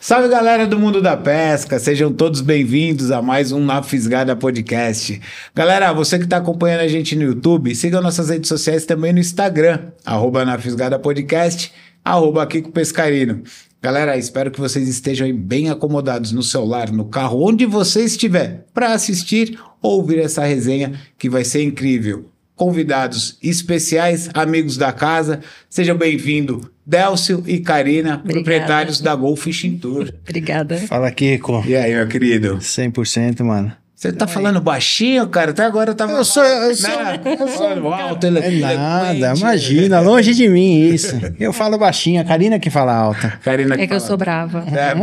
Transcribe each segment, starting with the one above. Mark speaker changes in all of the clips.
Speaker 1: Salve galera do mundo da pesca, sejam todos bem-vindos a mais um Na Fisgada Podcast. Galera, você que está acompanhando a gente no YouTube, siga nossas redes sociais também no Instagram, arroba Na Fisgada Podcast, arroba Kiko Pescarino. Galera, espero que vocês estejam aí bem acomodados no celular, no carro, onde você estiver, para assistir ou ouvir essa resenha que vai ser incrível convidados especiais, amigos da casa. Sejam bem-vindos, Délcio e Karina,
Speaker 2: Obrigada.
Speaker 1: proprietários da Golf Fishing Tour.
Speaker 2: Obrigada.
Speaker 3: Fala, Kiko.
Speaker 1: E aí, meu querido?
Speaker 3: 100%, mano.
Speaker 1: Você tá falando baixinho, cara? Até agora eu tava.
Speaker 3: Eu sou- eu sou-
Speaker 1: Né? Falando alto, ele-
Speaker 3: É nada,
Speaker 1: eloquente.
Speaker 3: imagina, longe de mim isso. Eu falo baixinho, a Karina que fala alta.
Speaker 1: Karina
Speaker 2: É que eu
Speaker 1: fala.
Speaker 2: sou brava.
Speaker 1: É,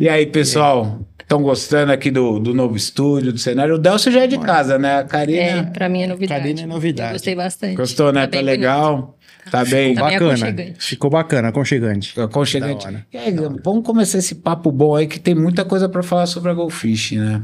Speaker 1: E aí, pessoal? Estão gostando aqui do, do novo estúdio, do cenário? O Delcio já é de casa, né? A
Speaker 2: É,
Speaker 1: Karina
Speaker 2: pra mim é novidade.
Speaker 3: Karina é novidade.
Speaker 2: Eu gostei bastante.
Speaker 1: gostou, né?
Speaker 2: Tá
Speaker 1: Tá,
Speaker 2: bem
Speaker 1: legal. Tá bem.
Speaker 2: Tá bem
Speaker 3: bacana.
Speaker 2: aconchegante.
Speaker 3: Ficou bacana, aconchegante.
Speaker 1: Aconchegante.
Speaker 3: Da hora.
Speaker 1: E aí, vamos começar esse papo bom aí, que tem muita coisa pra falar sobre a Golfish, né?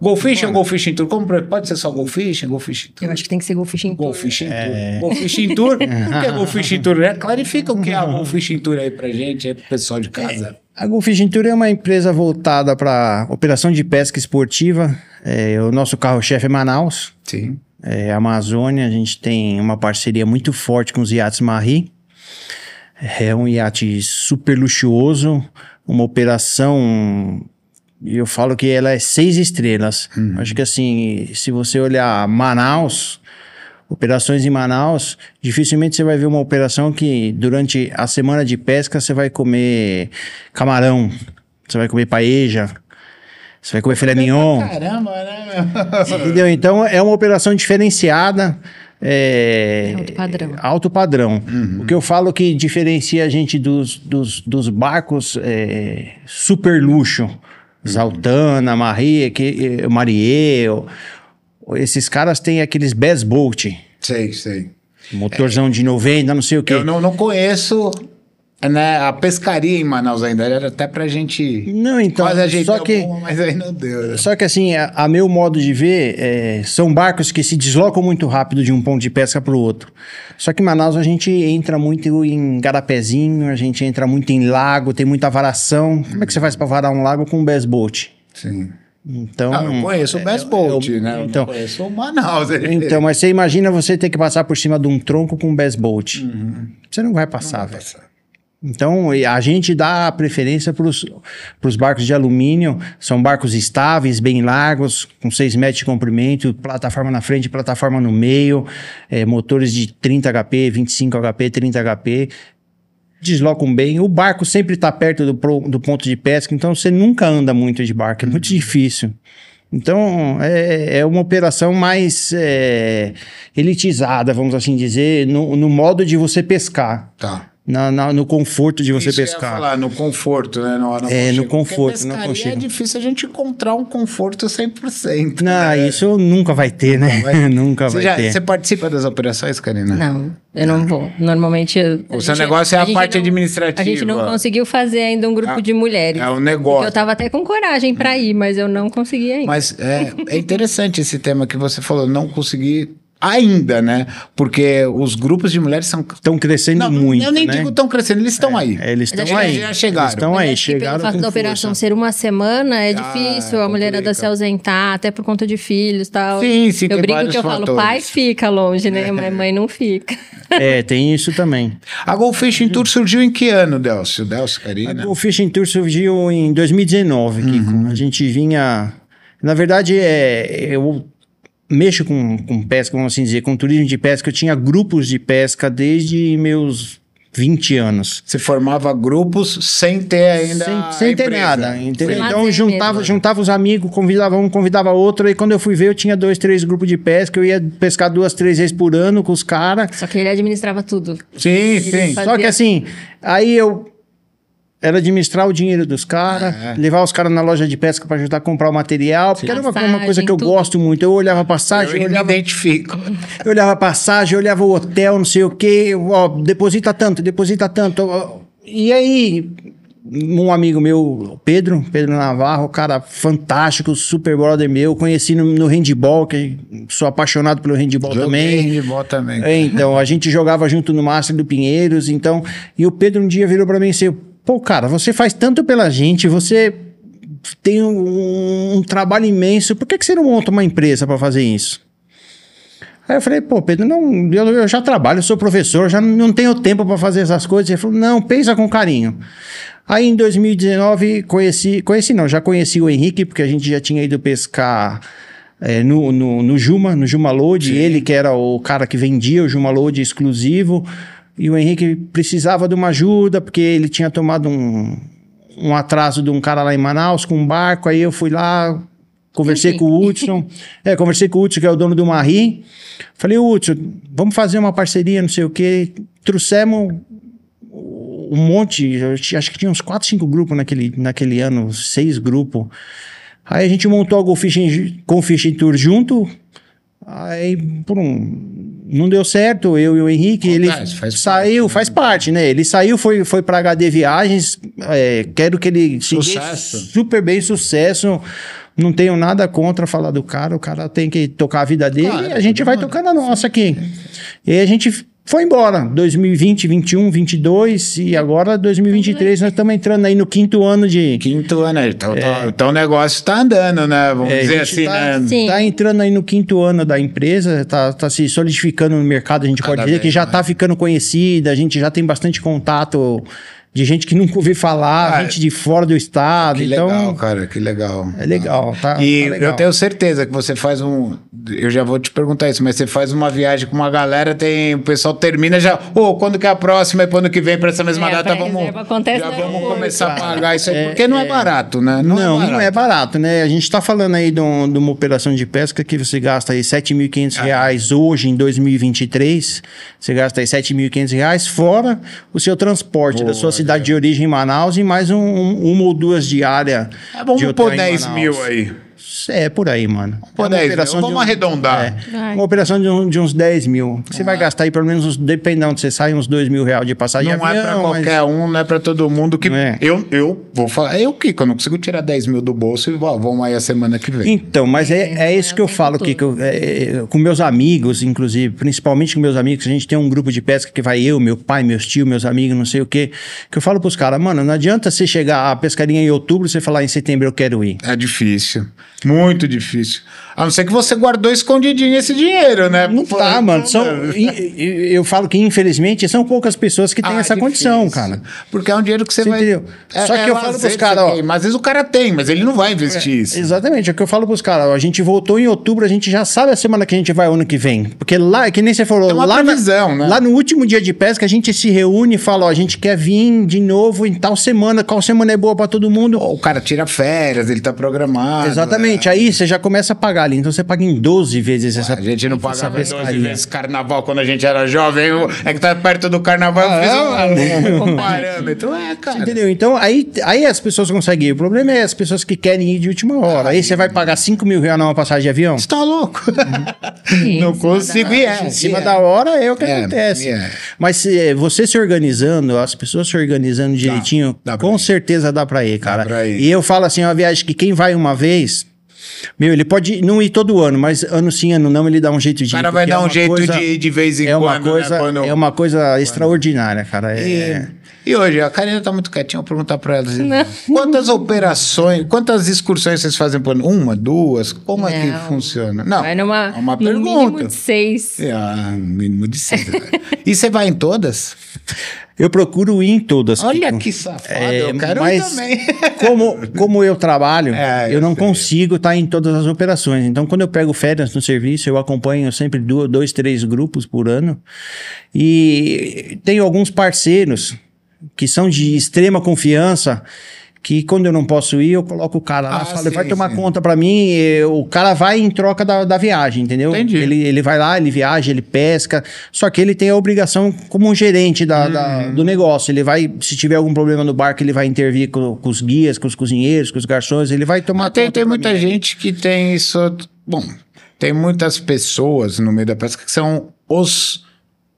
Speaker 1: Golfish ou Golfish em Tour? Como pra- pode ser só Golfish? Golfish em Tour?
Speaker 2: Eu acho que tem que ser golfish em tour.
Speaker 1: Golfish em Tour. Golfish em Tour? O que é Golfish em Tour? né? Clarifica o que é a Golfish em Tour aí pra gente, aí pro pessoal de casa.
Speaker 3: A Golfishing Tour é uma empresa voltada para operação de pesca esportiva. É, o nosso carro-chefe é Manaus,
Speaker 1: Sim.
Speaker 3: é, Amazônia. A gente tem uma parceria muito forte com os iates Marie. É um iate super luxuoso, uma operação. Eu falo que ela é seis estrelas. Acho que assim, se você olhar Manaus, operações em Manaus, dificilmente você vai ver uma operação que durante a semana de pesca você vai comer camarão, você vai comer paeja, você vai comer filé mignon.
Speaker 1: Caramba, né?
Speaker 3: Entendeu? Então é uma operação diferenciada. É,
Speaker 2: É alto padrão.
Speaker 3: alto padrão.
Speaker 1: Uhum.
Speaker 3: O que eu falo que diferencia a gente dos, dos, dos barcos é, super luxo.
Speaker 1: Uhum.
Speaker 3: Zaltana, Marie, que, eh, Marie, o- o- esses caras têm aqueles best boat,
Speaker 1: sei, sei.
Speaker 3: motorzão de 90, não sei o quê.
Speaker 1: Eu não, não conheço né, a pescaria em Manaus ainda. Era até pra gente
Speaker 3: Não, então,
Speaker 1: quase ajeitar
Speaker 3: só que,
Speaker 1: alguma, mas aí não deu. né?
Speaker 3: só que assim, a, a meu modo de ver, é, são barcos que se deslocam muito rápido de um ponto de pesca para o outro. Só que em Manaus a gente entra muito em garapézinho, a gente entra muito em lago, tem muita varação. Como é que você faz para varar um lago com um bass boat?
Speaker 1: Sim.
Speaker 3: Então,
Speaker 1: Ah, eu conheço o Best
Speaker 3: é,
Speaker 1: Bolt,
Speaker 3: eu-
Speaker 1: né? Eu
Speaker 3: então-
Speaker 1: não conheço o Manaus.
Speaker 3: Então, mas você imagina você ter que passar por cima de um tronco com um bass bolt. Você Uhum. não vai passar, velho. Então, e a gente dá a preferência para os barcos de alumínio. São barcos estáveis, bem largos, com 6 metros de comprimento, plataforma na frente, plataforma no meio, eh, motores de 30 HP, 25 HP, 30 HP. Deslocam bem. O barco sempre está perto do, pro- do ponto de pesca, então você nunca anda muito de barco, é muito difícil. Então, é, é uma operação mais eh, elitizada, vamos assim dizer, no- no modo de você pescar
Speaker 1: Tá.
Speaker 3: na, na- no conforto de você
Speaker 1: Isso eu ia
Speaker 3: pescar.
Speaker 1: falar, no conforto, né? No, no
Speaker 3: É, no
Speaker 1: aconchego.
Speaker 3: conforto,
Speaker 1: Porque
Speaker 3: no
Speaker 1: pescaria
Speaker 3: aconchego.
Speaker 1: É difícil a gente encontrar um conforto 100%.
Speaker 3: Não,
Speaker 1: né?
Speaker 3: isso nunca vai ter, né? nunca
Speaker 1: Você,
Speaker 3: vai
Speaker 1: já,
Speaker 3: ter.
Speaker 1: você participa das operações, Karina?
Speaker 2: Não, eu não vou. Normalmente. eu-
Speaker 1: O
Speaker 2: a
Speaker 1: seu
Speaker 2: gente-
Speaker 1: negócio é a
Speaker 2: gente
Speaker 1: parte
Speaker 2: não-
Speaker 1: administrativa.
Speaker 2: A gente não conseguiu fazer ainda um
Speaker 1: É-
Speaker 2: grupo de mulheres.
Speaker 1: É um
Speaker 2: Porque
Speaker 1: negócio. Hum.
Speaker 2: eu tava até com coragem pra ir, mas eu não consegui ainda.
Speaker 1: Mas é, é interessante esse tema que você falou, não conseguir ainda, né? Porque os grupos de mulheres são...
Speaker 3: Estão crescendo
Speaker 1: Não,
Speaker 3: muito,
Speaker 1: eu nem
Speaker 3: né?
Speaker 1: digo estão crescendo, eles estão aí.
Speaker 3: É, eles
Speaker 2: Mas
Speaker 3: estão
Speaker 1: acho que
Speaker 3: aí.
Speaker 1: já chegaram.
Speaker 3: Eles estão
Speaker 2: Mas
Speaker 3: aí,
Speaker 2: acho que
Speaker 3: chegaram
Speaker 2: pelo fato
Speaker 3: com
Speaker 2: da operação
Speaker 3: força.
Speaker 2: ser uma semana, é
Speaker 1: Ah,
Speaker 2: difícil a mulherada
Speaker 1: complica.
Speaker 2: se ausentar, até por conta de filhos e tal.
Speaker 1: Sim, sim, tem
Speaker 2: Eu brinco
Speaker 1: vários
Speaker 2: que eu falo,
Speaker 1: fatores.
Speaker 2: pai fica longe, né? Mas mãe não fica.
Speaker 3: É, tem isso também.
Speaker 1: A Golfishing Tour surgiu em que ano, Delcio? Delcio,
Speaker 3: A
Speaker 1: Karina?
Speaker 3: Go Fishing Tour surgiu em 2019, Kiko.
Speaker 1: Uhum.
Speaker 3: A gente vinha... Na verdade, é, eu mexo com, com pesca, vamos assim dizer, com turismo de pesca. Eu tinha grupos de pesca desde meus 20 anos.
Speaker 1: Você formava grupos sem ter ainda
Speaker 3: sem,
Speaker 1: a
Speaker 3: sem ter
Speaker 1: empresa.
Speaker 3: nada, entendeu?
Speaker 2: Sem
Speaker 3: Então
Speaker 2: lazer
Speaker 3: juntava,
Speaker 2: mesmo.
Speaker 3: juntava os amigos, convidava um, convidava outro, e quando eu fui ver eu tinha dois, três grupos de pesca, eu ia pescar duas, três vezes por ano com os caras.
Speaker 2: Só que ele administrava tudo.
Speaker 1: Sim, sim.
Speaker 2: faz-
Speaker 3: Só que assim, aí eu era administrar o dinheiro dos caras,
Speaker 1: Ah, é.
Speaker 3: levar os caras na loja de pesca pra ajudar a comprar o material, porque era uma, uma coisa
Speaker 2: Passagem,
Speaker 3: que eu
Speaker 2: tudo.
Speaker 3: gosto muito. Eu olhava a
Speaker 1: Eu
Speaker 3: passagem, eu
Speaker 1: me
Speaker 3: olhava
Speaker 1: identifico.
Speaker 3: eu olhava a passagem, eu olhava o hotel, não sei o quê. eu, Ó, deposita tanto, deposita tanto. ó. E aí, um amigo meu, Pedro, Pedro Navarro, cara fantástico, super brother meu. Conheci no, no handball, que sou apaixonado pelo handball também.
Speaker 1: de bola também.
Speaker 3: É, então, a gente jogava junto no Master do Pinheiros, então... E o Pedro um dia virou pra mim e disse... pô, cara, você faz tanto pela gente, você tem um, um trabalho imenso, por que, que você não monta uma empresa para fazer isso? Aí eu falei, pô, Pedro, não, eu, eu já trabalho, eu sou professor, já não tenho tempo para fazer essas coisas. Ele falou, não, pensa com carinho. Aí em 2019 conheci, conheci não, já conheci o Henrique, porque a gente já tinha ido pescar é, no, no, no Juma, no Juma Load, ele que era o cara que vendia o Juma Load exclusivo, e o Henrique precisava de uma ajuda, porque ele tinha tomado um, um atraso de um cara lá em Manaus com um barco, aí eu fui lá, Conversei
Speaker 2: Enfim.
Speaker 3: com o Hudson. É, conversei com o Hudson, que é o dono do Marri. Falei, Hudson, vamos fazer uma parceria, não sei o quê. Trouxemos um monte, eu ti- acho que tinha uns 4, 5 grupos naquele, naquele ano, seis grupos. Aí a gente montou a Go Fishing, ju- Go Fishing Tour junto. Aí, por um... Não deu certo, eu e o Henrique, ele
Speaker 1: Acontece, faz
Speaker 3: saiu, faz
Speaker 1: Uhum.
Speaker 3: parte, né? Ele saiu, foi, foi pra HD Viagens, é, quero que ele se dê
Speaker 1: Sucesso.
Speaker 3: super bem, sucesso. Não tenho nada contra falar do cara, o cara tem que tocar a vida dele
Speaker 1: Claro,
Speaker 3: e a gente
Speaker 1: todo
Speaker 3: vai
Speaker 1: mundo.
Speaker 3: tocando a nossa aqui. E a gente foi embora, 2020, 21, 22 um, e agora 2023 nós estamos entrando aí no quinto ano de...
Speaker 1: Quinto ano, aí, então, então o negócio tá andando, né? Vamos
Speaker 3: É, a
Speaker 1: dizer
Speaker 3: gente
Speaker 1: assim,
Speaker 3: tá,
Speaker 1: né?
Speaker 2: Sim.
Speaker 3: tá entrando aí no quinto ano da empresa, tá, tá se solidificando no mercado, a gente
Speaker 1: Cada
Speaker 3: pode dizer, que
Speaker 1: vez
Speaker 3: já
Speaker 1: mais.
Speaker 3: tá ficando conhecida, a gente já tem bastante contato de gente que nunca ouviu falar,
Speaker 1: Ah,
Speaker 3: gente de fora do estado,
Speaker 1: Que
Speaker 3: então...
Speaker 1: legal, cara, que legal.
Speaker 3: É legal, tá?
Speaker 1: E
Speaker 3: tá legal.
Speaker 1: eu tenho certeza que você faz um. Eu já vou te perguntar isso, mas você faz uma viagem com uma galera, tem, o pessoal termina já. Ô, quando que é a próxima? E quando que vem pra essa mesma
Speaker 2: É, a
Speaker 1: data? Vamos,
Speaker 2: pré-reserva acontece
Speaker 1: já
Speaker 2: no
Speaker 1: vamos
Speaker 2: aeroporto.
Speaker 1: começar a pagar isso aí, porque não é, barato, né?
Speaker 3: Não, não é, barato. né? A gente tá falando aí de, um- de uma operação de pesca que você gasta aí R$ 7.500
Speaker 1: Ah.
Speaker 3: reais hoje em 2023. Você gasta aí R$ 7.500 reais fora o seu transporte da sua
Speaker 1: é.
Speaker 3: cidade de origem em Manaus e mais um, um- uma ou duas diárias
Speaker 1: É, vamos
Speaker 3: de hotel
Speaker 1: pôr
Speaker 3: em
Speaker 1: 10
Speaker 3: Manaus.
Speaker 1: mil aí.
Speaker 3: É, por aí, mano.
Speaker 1: Pô,
Speaker 3: é
Speaker 1: 10 mil.
Speaker 3: operação de
Speaker 1: Vamos arredondar. é.
Speaker 3: É,
Speaker 2: Vai.
Speaker 3: uma operação de, um- de uns 10 mil. Você vai gastar aí pelo menos, uns, dependendo, você sai uns 2 mil reais de passagem
Speaker 1: Não
Speaker 3: de
Speaker 1: é pra
Speaker 3: avião, mas-
Speaker 1: qualquer um, não é pra todo mundo que.
Speaker 3: Não é.
Speaker 1: Eu, eu vou falar, eu, Kiko, eu não consigo tirar 10 mil do bolso e vó, vamos aí a semana que vem.
Speaker 3: Então, mas é, é
Speaker 2: é
Speaker 3: isso que
Speaker 2: o
Speaker 3: eu
Speaker 2: tempo
Speaker 3: falo,
Speaker 2: todo.
Speaker 3: que, que eu- é, é, com meus amigos, inclusive, principalmente com meus amigos, a gente tem um grupo de pesca que vai eu, meu pai, meus tios, meus amigos, não sei o quê, que eu falo pros caras, mano, não adianta você chegar à pescaria em outubro e você falar em setembro eu quero ir.
Speaker 1: É difícil. Muito difícil. A não ser que você guardou escondidinho esse dinheiro, né?
Speaker 3: Não
Speaker 1: Pô,
Speaker 3: tá, mano. São,
Speaker 1: dá.
Speaker 3: e- e- eu falo que, infelizmente, são poucas pessoas que têm
Speaker 1: Ah,
Speaker 3: essa
Speaker 1: difícil.
Speaker 3: condição, cara.
Speaker 1: Porque é um dinheiro que você,
Speaker 3: Você
Speaker 1: vai.
Speaker 3: entendeu?
Speaker 1: É,
Speaker 3: Só que
Speaker 1: é
Speaker 3: eu falo
Speaker 1: lazer
Speaker 3: pros
Speaker 1: que
Speaker 3: caras,
Speaker 1: você
Speaker 3: ó.
Speaker 1: tem, Mas às vezes o cara tem, mas ele não vai investir isso.
Speaker 3: Exatamente, é o que eu falo pros caras. ó, A gente voltou em outubro, a gente já sabe a semana que a gente vai ano que vem. Porque lá, é que nem você falou,
Speaker 1: Tem uma
Speaker 3: lá, na-
Speaker 1: previsão, né?
Speaker 3: lá no último dia de pesca, a gente se reúne e fala, ó, a gente quer vir de novo em tal semana, qual semana é boa pra todo mundo.
Speaker 1: O né? cara tira férias, ele tá programado.
Speaker 3: Exatamente, aí você já começa a pagar ali. Então você paga em 12 vezes essa.
Speaker 1: A gente não
Speaker 3: essa
Speaker 1: pagava 12
Speaker 3: pescaria.
Speaker 1: vezes carnaval quando a gente era jovem. eu- É que tá perto do carnaval, eu fiz um, um parâmetro. É, cara.
Speaker 3: Entendeu? Então, aí, aí as pessoas conseguem ir. O problema é as pessoas que querem ir de última hora. Aí você vai pagar 5 mil reais numa passagem de avião?
Speaker 1: Você tá louco? não consigo. E é,
Speaker 3: em cima
Speaker 1: e é.
Speaker 3: da hora é o que
Speaker 1: É,
Speaker 3: acontece.
Speaker 1: é.
Speaker 3: Mas se, eh, você se organizando, as pessoas se organizando direitinho,
Speaker 1: dá pra
Speaker 3: com
Speaker 1: ir.
Speaker 3: certeza dá pra ir, cara.
Speaker 1: pra ir.
Speaker 3: E eu falo assim, é uma viagem que quem vai uma vez, meu, ele pode não ir todo ano, mas ano sim, ano não, ele dá um jeito de
Speaker 1: O cara
Speaker 3: ir,
Speaker 1: vai
Speaker 3: porque
Speaker 1: dar
Speaker 3: é
Speaker 1: um
Speaker 3: uma
Speaker 1: jeito
Speaker 3: coisa-
Speaker 1: de, de vez em
Speaker 3: é uma
Speaker 1: quando. né,
Speaker 3: coisa,
Speaker 1: quando-
Speaker 3: É uma coisa extraordinária, cara. É-
Speaker 1: E, e hoje, a Karina tá muito quietinha, eu vou perguntar pra ela. assim, Quantas operações, quantas excursões vocês fazem por ano? Uma, duas? Como é que
Speaker 2: Não.
Speaker 1: funciona? Não,
Speaker 2: Vai numa,
Speaker 1: é uma
Speaker 2: no mínimo
Speaker 1: pergunta.
Speaker 2: de seis.
Speaker 1: É, ah, mínimo de seis. né? e você vai em todas?
Speaker 3: Eu procuro ir em todas.
Speaker 1: Olha
Speaker 3: Kiko.
Speaker 1: que safado,
Speaker 3: É,
Speaker 1: eu quero ir
Speaker 3: mas
Speaker 1: também.
Speaker 3: Como, como eu trabalho,
Speaker 1: É,
Speaker 3: eu,
Speaker 1: eu
Speaker 3: não
Speaker 1: sei.
Speaker 3: consigo estar em todas as operações. Então, quando eu pego férias no serviço, eu acompanho sempre du- dois, três grupos por ano. E tenho alguns parceiros que são de extrema confiança. Que quando eu não posso ir, eu coloco o cara lá
Speaker 1: Ah,
Speaker 3: e falo,
Speaker 1: sim,
Speaker 3: vai tomar
Speaker 1: sim.
Speaker 3: conta pra mim. e o cara vai em troca da, da viagem, entendeu?
Speaker 1: Entendi.
Speaker 3: Ele, ele vai lá, ele viaja, ele pesca. Só que ele tem a obrigação como um gerente da- da-
Speaker 1: Uhum.
Speaker 3: do negócio. Ele vai, se tiver algum problema no barco, ele vai intervir com, com os guias, com os cozinheiros, com os garçons. Ele vai tomar.
Speaker 1: Mas Ah, tem,
Speaker 3: conta
Speaker 1: tem
Speaker 3: pra
Speaker 1: muita
Speaker 3: mim.
Speaker 1: gente que tem isso. Bom, tem muitas pessoas no meio da pesca que são os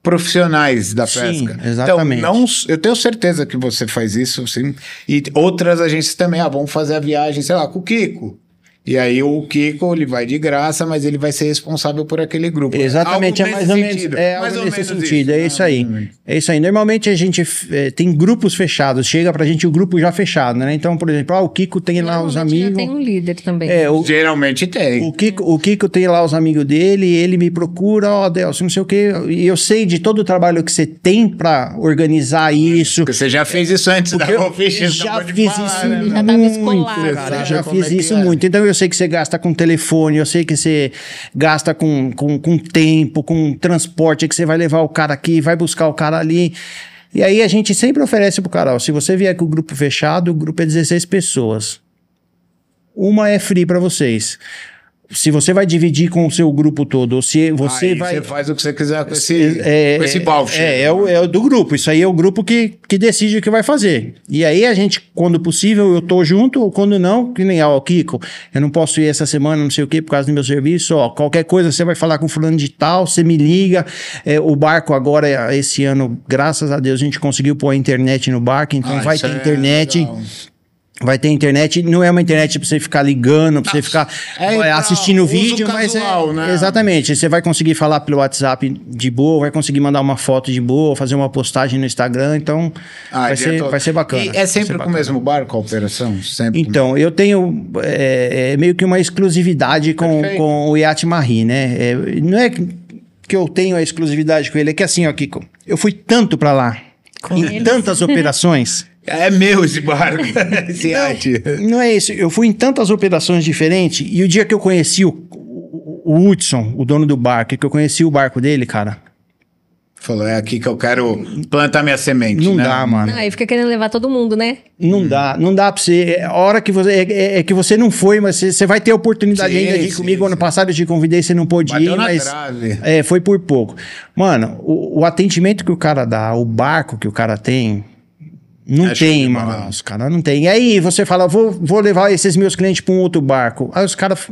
Speaker 1: profissionais da
Speaker 3: Sim,
Speaker 1: pesca.
Speaker 3: exatamente.
Speaker 1: Então, não, s- eu tenho certeza que você faz isso, sim. E outras agências também. Ah, vamos fazer a viagem, sei lá, com o Kiko. E aí o Kiko, ele vai de graça, mas ele vai ser responsável por aquele grupo.
Speaker 3: Exatamente, é
Speaker 1: Algo
Speaker 3: mais
Speaker 1: nesse
Speaker 3: ou menos.
Speaker 1: sentido.
Speaker 3: É
Speaker 1: Mais
Speaker 3: algo
Speaker 1: ou
Speaker 3: nesse
Speaker 1: menos
Speaker 3: sentido, é isso aí. É isso aí. Normalmente a gente eh, tem grupos fechados, chega pra gente o grupo já fechado, né? Então, por exemplo, ah, o Kiko tem lá
Speaker 2: Normalmente
Speaker 3: os
Speaker 2: já
Speaker 3: amigos.
Speaker 2: tem um líder também.
Speaker 3: É, o,
Speaker 1: Geralmente tem.
Speaker 3: o Kiko, o Kiko tem lá os amigos dele, ele me procura, ó, Delcio, não sei o quê. E eu sei de todo o trabalho que você tem pra organizar isso.
Speaker 1: Porque você já fez isso antes
Speaker 3: Porque
Speaker 1: da então
Speaker 3: eu
Speaker 1: Golfish.
Speaker 3: já fiz isso
Speaker 2: né, Já tava
Speaker 3: muito,
Speaker 2: escolado,
Speaker 3: cara,
Speaker 1: né?
Speaker 3: eu já
Speaker 1: Como é
Speaker 3: fiz
Speaker 1: que
Speaker 3: isso
Speaker 1: era?
Speaker 3: muito. Então eu sei que você gasta com telefone, eu sei que você gasta com, com, com tempo, com transporte, que você vai levar o cara aqui, vai buscar o cara ali. E aí a gente sempre oferece pro cara, ó, se você vier com o grupo fechado, o grupo é 16 pessoas. Uma é free pra vocês. Se você vai dividir com o seu grupo todo, ou se você
Speaker 1: Aí
Speaker 3: vai
Speaker 1: Você faz o que você quiser com esse,
Speaker 3: é,
Speaker 1: com esse né?
Speaker 3: é,
Speaker 1: voucher.
Speaker 3: É, é o, é o do grupo. Isso aí é o grupo que, que decide o que vai fazer. E aí a gente, quando possível, eu tô junto, ou quando não, que nem ó, Kiko, eu não posso ir essa semana, não sei o quê, por causa do meu serviço, ó, qualquer coisa você vai falar com fulano de tal, você me liga. É, o barco agora, esse ano, graças a Deus, a gente conseguiu pôr a internet no barco, então
Speaker 1: Ah,
Speaker 3: vai
Speaker 1: isso
Speaker 3: ter
Speaker 1: é
Speaker 3: internet.
Speaker 1: legal.
Speaker 3: Vai ter internet, não é uma internet pra você ficar ligando, pra você ficar
Speaker 1: é,
Speaker 3: eh,
Speaker 1: pra
Speaker 3: assistindo o
Speaker 1: uso
Speaker 3: vídeo, mas é-
Speaker 1: casual, né?
Speaker 3: exatamente, você vai conseguir falar pelo WhatsApp de boa, vai conseguir mandar uma foto de boa, fazer uma postagem no Instagram, então
Speaker 1: Ah,
Speaker 3: vai,
Speaker 1: adiantou.
Speaker 3: ser, vai ser bacana.
Speaker 1: E é
Speaker 3: vai ser
Speaker 1: sempre com o
Speaker 3: bacana.
Speaker 1: mesmo barco a operação? Sempre com-
Speaker 3: Então, eu tenho é, é, meio que uma exclusividade com,
Speaker 1: Perfeito.
Speaker 3: com o Iate Marie, né? É, não é que que eu tenho a exclusividade com ele, é que assim, ó, Kiko, eu fui tanto pra lá,
Speaker 2: Com
Speaker 3: em
Speaker 2: eles.
Speaker 3: tantas operações.
Speaker 1: É meu esse barco, esse iate.
Speaker 3: Não é isso. Eu fui em tantas operações diferentes e o dia que eu conheci o, o, o Hudson, o dono do barco, que eu conheci o barco dele, cara,
Speaker 1: Falou, é aqui que eu quero plantar minha semente,
Speaker 3: não
Speaker 1: né?
Speaker 3: dá, mano.
Speaker 2: Não, aí fica querendo levar todo mundo, né?
Speaker 3: Não
Speaker 1: Uhum.
Speaker 3: dá, não dá pra você. é A hora que você. É, é- é que você não foi, mas você, você vai ter a oportunidade
Speaker 1: Sim,
Speaker 3: ainda de ir
Speaker 1: sim,
Speaker 3: comigo. Ano
Speaker 1: sim.
Speaker 3: passado eu te convidei, você não pôde
Speaker 1: Bateu
Speaker 3: ir,
Speaker 1: na
Speaker 3: mas.
Speaker 1: trave.
Speaker 3: É, foi por pouco. Mano, o, o atendimento que o cara dá, o barco que o cara tem. Não
Speaker 1: É show
Speaker 3: tem,
Speaker 1: de
Speaker 3: mano.
Speaker 1: bola.
Speaker 3: Os caras não tem. E aí você fala, vou, vou levar esses meus clientes pra um outro barco. Aí os caras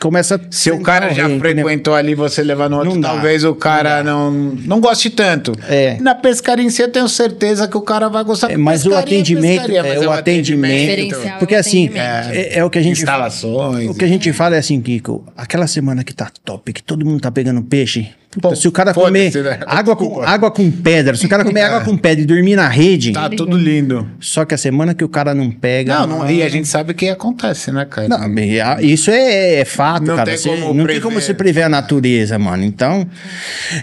Speaker 3: começam a.
Speaker 1: Se o
Speaker 3: sentar
Speaker 1: cara já
Speaker 3: rei, é, entendeu?
Speaker 1: frequentou ali, você levar no outro,
Speaker 3: Não dá.
Speaker 1: talvez o cara não, não, goste tanto.
Speaker 3: É.
Speaker 1: Na pescaria em si, eu tenho certeza que o cara vai gostar.
Speaker 3: É, mas o
Speaker 1: Pescaria é
Speaker 3: atendimento-
Speaker 1: pescaria,
Speaker 3: é,
Speaker 1: mas
Speaker 3: o atendimento-
Speaker 2: Diferencial.
Speaker 3: Porque
Speaker 2: É o
Speaker 3: assim,
Speaker 2: atendimento.
Speaker 3: é, é o que a gente.
Speaker 1: Instalações.
Speaker 3: O que a gente fala é assim, Kiko, aquela semana que tá top, que todo mundo tá pegando peixe, puta,
Speaker 1: Pô,
Speaker 3: se o cara
Speaker 1: foda-se,
Speaker 3: comer
Speaker 1: né?
Speaker 3: água, com,
Speaker 1: Desculpa. É.
Speaker 3: água com pedra, se o cara comer água com pedra e dormir na rede,
Speaker 1: Tá tudo lindo.
Speaker 3: só que a semana que o cara não pega...
Speaker 1: Não, não, e a gente sabe que acontece, né, cara?
Speaker 3: Não, bem, a- isso é, é fato,
Speaker 1: Não
Speaker 3: cara.
Speaker 1: tem
Speaker 3: Você-
Speaker 1: como
Speaker 3: não
Speaker 1: prever.
Speaker 3: tem como você prever a natureza, mano. Então.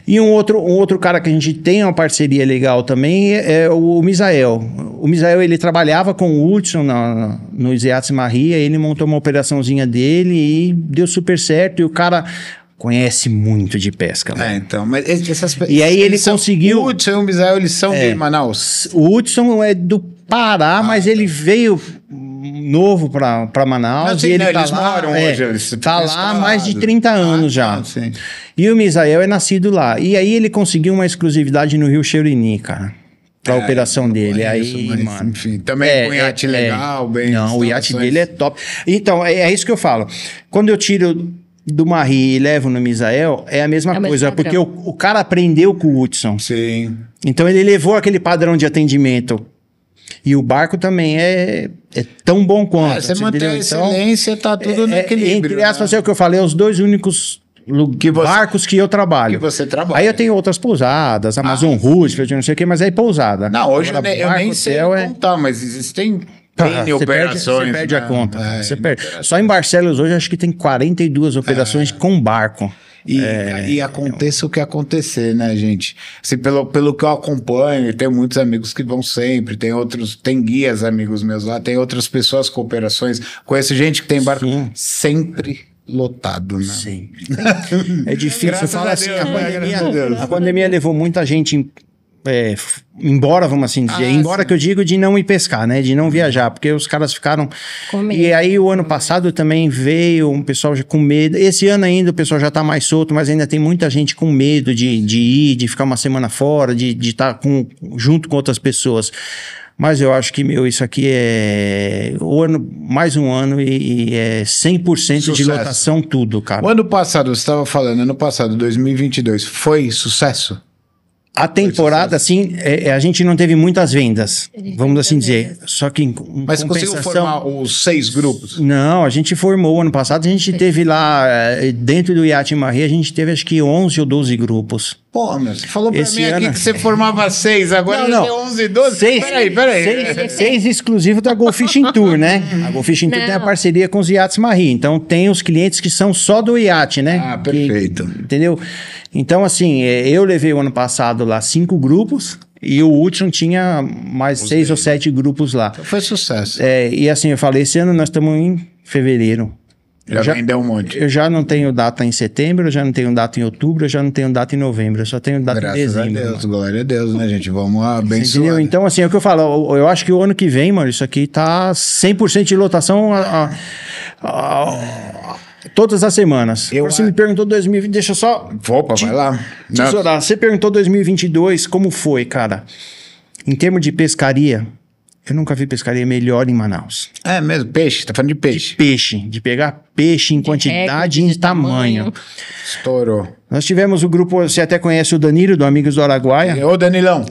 Speaker 3: E um outro, um outro cara que a gente tem uma parceria legal também é o Misael. O Misael, ele trabalhava com o Hudson na, no Isiatis Maria, ele montou uma operaçãozinha dele e deu super certo. E o cara conhece muito de pesca, né?
Speaker 1: É, então, mas es- essas pe-
Speaker 3: E aí ele
Speaker 1: eles são-
Speaker 3: conseguiu- É.
Speaker 1: O Hudson e o Misael, eles são de Manaus.
Speaker 3: O Hudson é do Pará,
Speaker 1: Ah,
Speaker 3: mas
Speaker 1: tá.
Speaker 3: ele veio novo pra, pra Manaus.
Speaker 1: Não, sim,
Speaker 3: e ele
Speaker 1: né,
Speaker 3: tá
Speaker 1: eles
Speaker 3: lá,
Speaker 1: moram
Speaker 3: é,
Speaker 1: hoje, eles
Speaker 3: tá lá há mais de 30 anos
Speaker 1: Ah,
Speaker 3: já.
Speaker 1: sim.
Speaker 3: E o Misael é nascido lá. E aí ele conseguiu uma exclusividade no Rio Cheurini, cara. Pra operação dele.
Speaker 1: É, conheço,
Speaker 3: aí,
Speaker 1: mas,
Speaker 3: mano.
Speaker 1: enfim, também com um iate legal, bem
Speaker 3: É, Não, o iate
Speaker 1: instalações.
Speaker 3: dele é top. Então, é, é isso que eu falo. Quando eu tiro do Marie e levo no Misael, é a
Speaker 2: É
Speaker 3: mesma
Speaker 2: o mesmo
Speaker 3: coisa.
Speaker 2: padrão.
Speaker 3: Porque o, o cara aprendeu com o Hudson.
Speaker 1: Sim.
Speaker 3: Então ele levou aquele padrão de atendimento. E o barco também é, é tão bom quanto.
Speaker 1: É, você mantém
Speaker 3: entendeu?
Speaker 1: a
Speaker 3: Então,
Speaker 1: excelência, tá tudo no
Speaker 3: é- é-
Speaker 1: equilíbrio.
Speaker 3: Entre aspas,
Speaker 1: né?
Speaker 3: é o que eu falei, é os dois únicos lu-
Speaker 1: Que você-
Speaker 3: barcos que eu trabalho.
Speaker 1: que você trabalha. Ah,
Speaker 3: Aí eu tenho outras pousadas, Amazon Roosevelt, não sei o que, mas aí é pousada.
Speaker 1: Não, hoje eu,
Speaker 3: Agora,
Speaker 1: ne- eu
Speaker 3: barco,
Speaker 1: nem sei
Speaker 3: hotel é-
Speaker 1: contar, mas existem
Speaker 3: Tá,
Speaker 1: N
Speaker 3: você perde,
Speaker 1: operações.
Speaker 3: você perde a
Speaker 1: né?
Speaker 3: conta.
Speaker 1: É,
Speaker 3: você perde. Só em Barcelos hoje acho que tem 42
Speaker 1: É.
Speaker 3: operações com barco.
Speaker 1: E,
Speaker 3: É,
Speaker 1: e
Speaker 3: um
Speaker 1: aconteça o que acontecer, né, gente? Assim, pelo, pelo que eu acompanho, tem muitos amigos que vão sempre, tem outros, tem guias amigos meus lá, tem outras pessoas com operações. Conheço gente que tem barco
Speaker 3: Sim.
Speaker 1: sempre lotado, né?
Speaker 3: Sim. É difícil.
Speaker 1: Graças
Speaker 3: Fala
Speaker 1: a
Speaker 3: assim,
Speaker 1: Deus,
Speaker 3: a,
Speaker 1: né? Graças a Deus.
Speaker 3: pandemia, a pandemia levou muita gente em- é, f- embora, vamos assim dizer.
Speaker 1: Ah,
Speaker 3: embora
Speaker 1: sim.
Speaker 3: que eu digo de não ir pescar, né? De não viajar, porque os caras ficaram.
Speaker 2: Com medo.
Speaker 3: E aí o ano passado também veio um pessoal já com medo. Esse ano ainda o pessoal já tá mais solto, mas ainda tem muita gente com medo de, de ir, de ficar uma semana fora, de estar com, junto com outras pessoas. Mas eu acho que, meu, isso aqui é o ano, mais um ano e, e é 100% de
Speaker 1: Sucesso.
Speaker 3: lotação tudo, cara.
Speaker 1: O ano passado, você estava falando, ano passado, 2022, foi sucesso?
Speaker 3: A temporada, assim, é- é, a gente não teve muitas vendas,
Speaker 2: Ele
Speaker 3: vamos
Speaker 2: teve
Speaker 3: assim
Speaker 2: muitas
Speaker 3: dizer. Só que em
Speaker 1: Mas conseguiu formar um- os seis grupos?
Speaker 3: Não, a gente formou ano passado, a gente teve lá, eh, dentro do Iate Maria, a gente teve acho que 11 ou 12 grupos.
Speaker 1: Pô, meu, você falou pra
Speaker 3: Esse
Speaker 1: mim aqui
Speaker 3: ano-
Speaker 1: que você formava seis, agora
Speaker 3: Não,
Speaker 1: tem
Speaker 3: não.
Speaker 1: 11, 12.
Speaker 3: Seis,
Speaker 1: peraí, peraí.
Speaker 3: Seis, seis exclusivos da Golf Fishing Tour, né? A Golf Fishing Tour
Speaker 2: Não.
Speaker 3: tem a parceria com os iates Marie. Então, tem os clientes que são só do iate, né?
Speaker 1: Ah,
Speaker 3: Que-
Speaker 1: perfeito.
Speaker 3: entendeu? Então, assim, eh, eu levei o ano passado lá cinco grupos e o último tinha mais seis ou sete grupos lá.
Speaker 1: Foi sucesso.
Speaker 3: É, e assim, eu falei, esse ano nós estamos em fevereiro.
Speaker 1: já, vendeu um monte.
Speaker 3: Eu já não tenho data em setembro, eu já não tenho data em outubro, eu já não tenho data em novembro, eu só tenho data em
Speaker 1: Graças a
Speaker 3: dezembro.
Speaker 1: Deus, glória a Deus, né, gente? Vamos abençoar.
Speaker 3: Entendeu? Então, assim, é o que eu falo. Eu, eu acho que o ano que vem, mano, isso aqui tá 100% de lotação a- a- a- todas as semanas.
Speaker 1: Eu
Speaker 3: Agora você
Speaker 1: a-
Speaker 3: me perguntou 2020, deixa eu só
Speaker 1: Opa, vai lá. Não,
Speaker 3: tesourar. Você perguntou 2022, como foi, cara? Em termos de pescaria, eu nunca vi pescaria melhor em Manaus.
Speaker 1: é mesmo, peixe, tá falando de peixe.
Speaker 3: Peixe, de pegar peixe em
Speaker 2: recorde,
Speaker 3: quantidade e em
Speaker 2: É, de tamanho.
Speaker 3: tamanho.
Speaker 1: Estourou.
Speaker 3: Nós tivemos o grupo, você até conhece o Danilo, do Amigos do Araguaia.
Speaker 1: Ô, Danilão,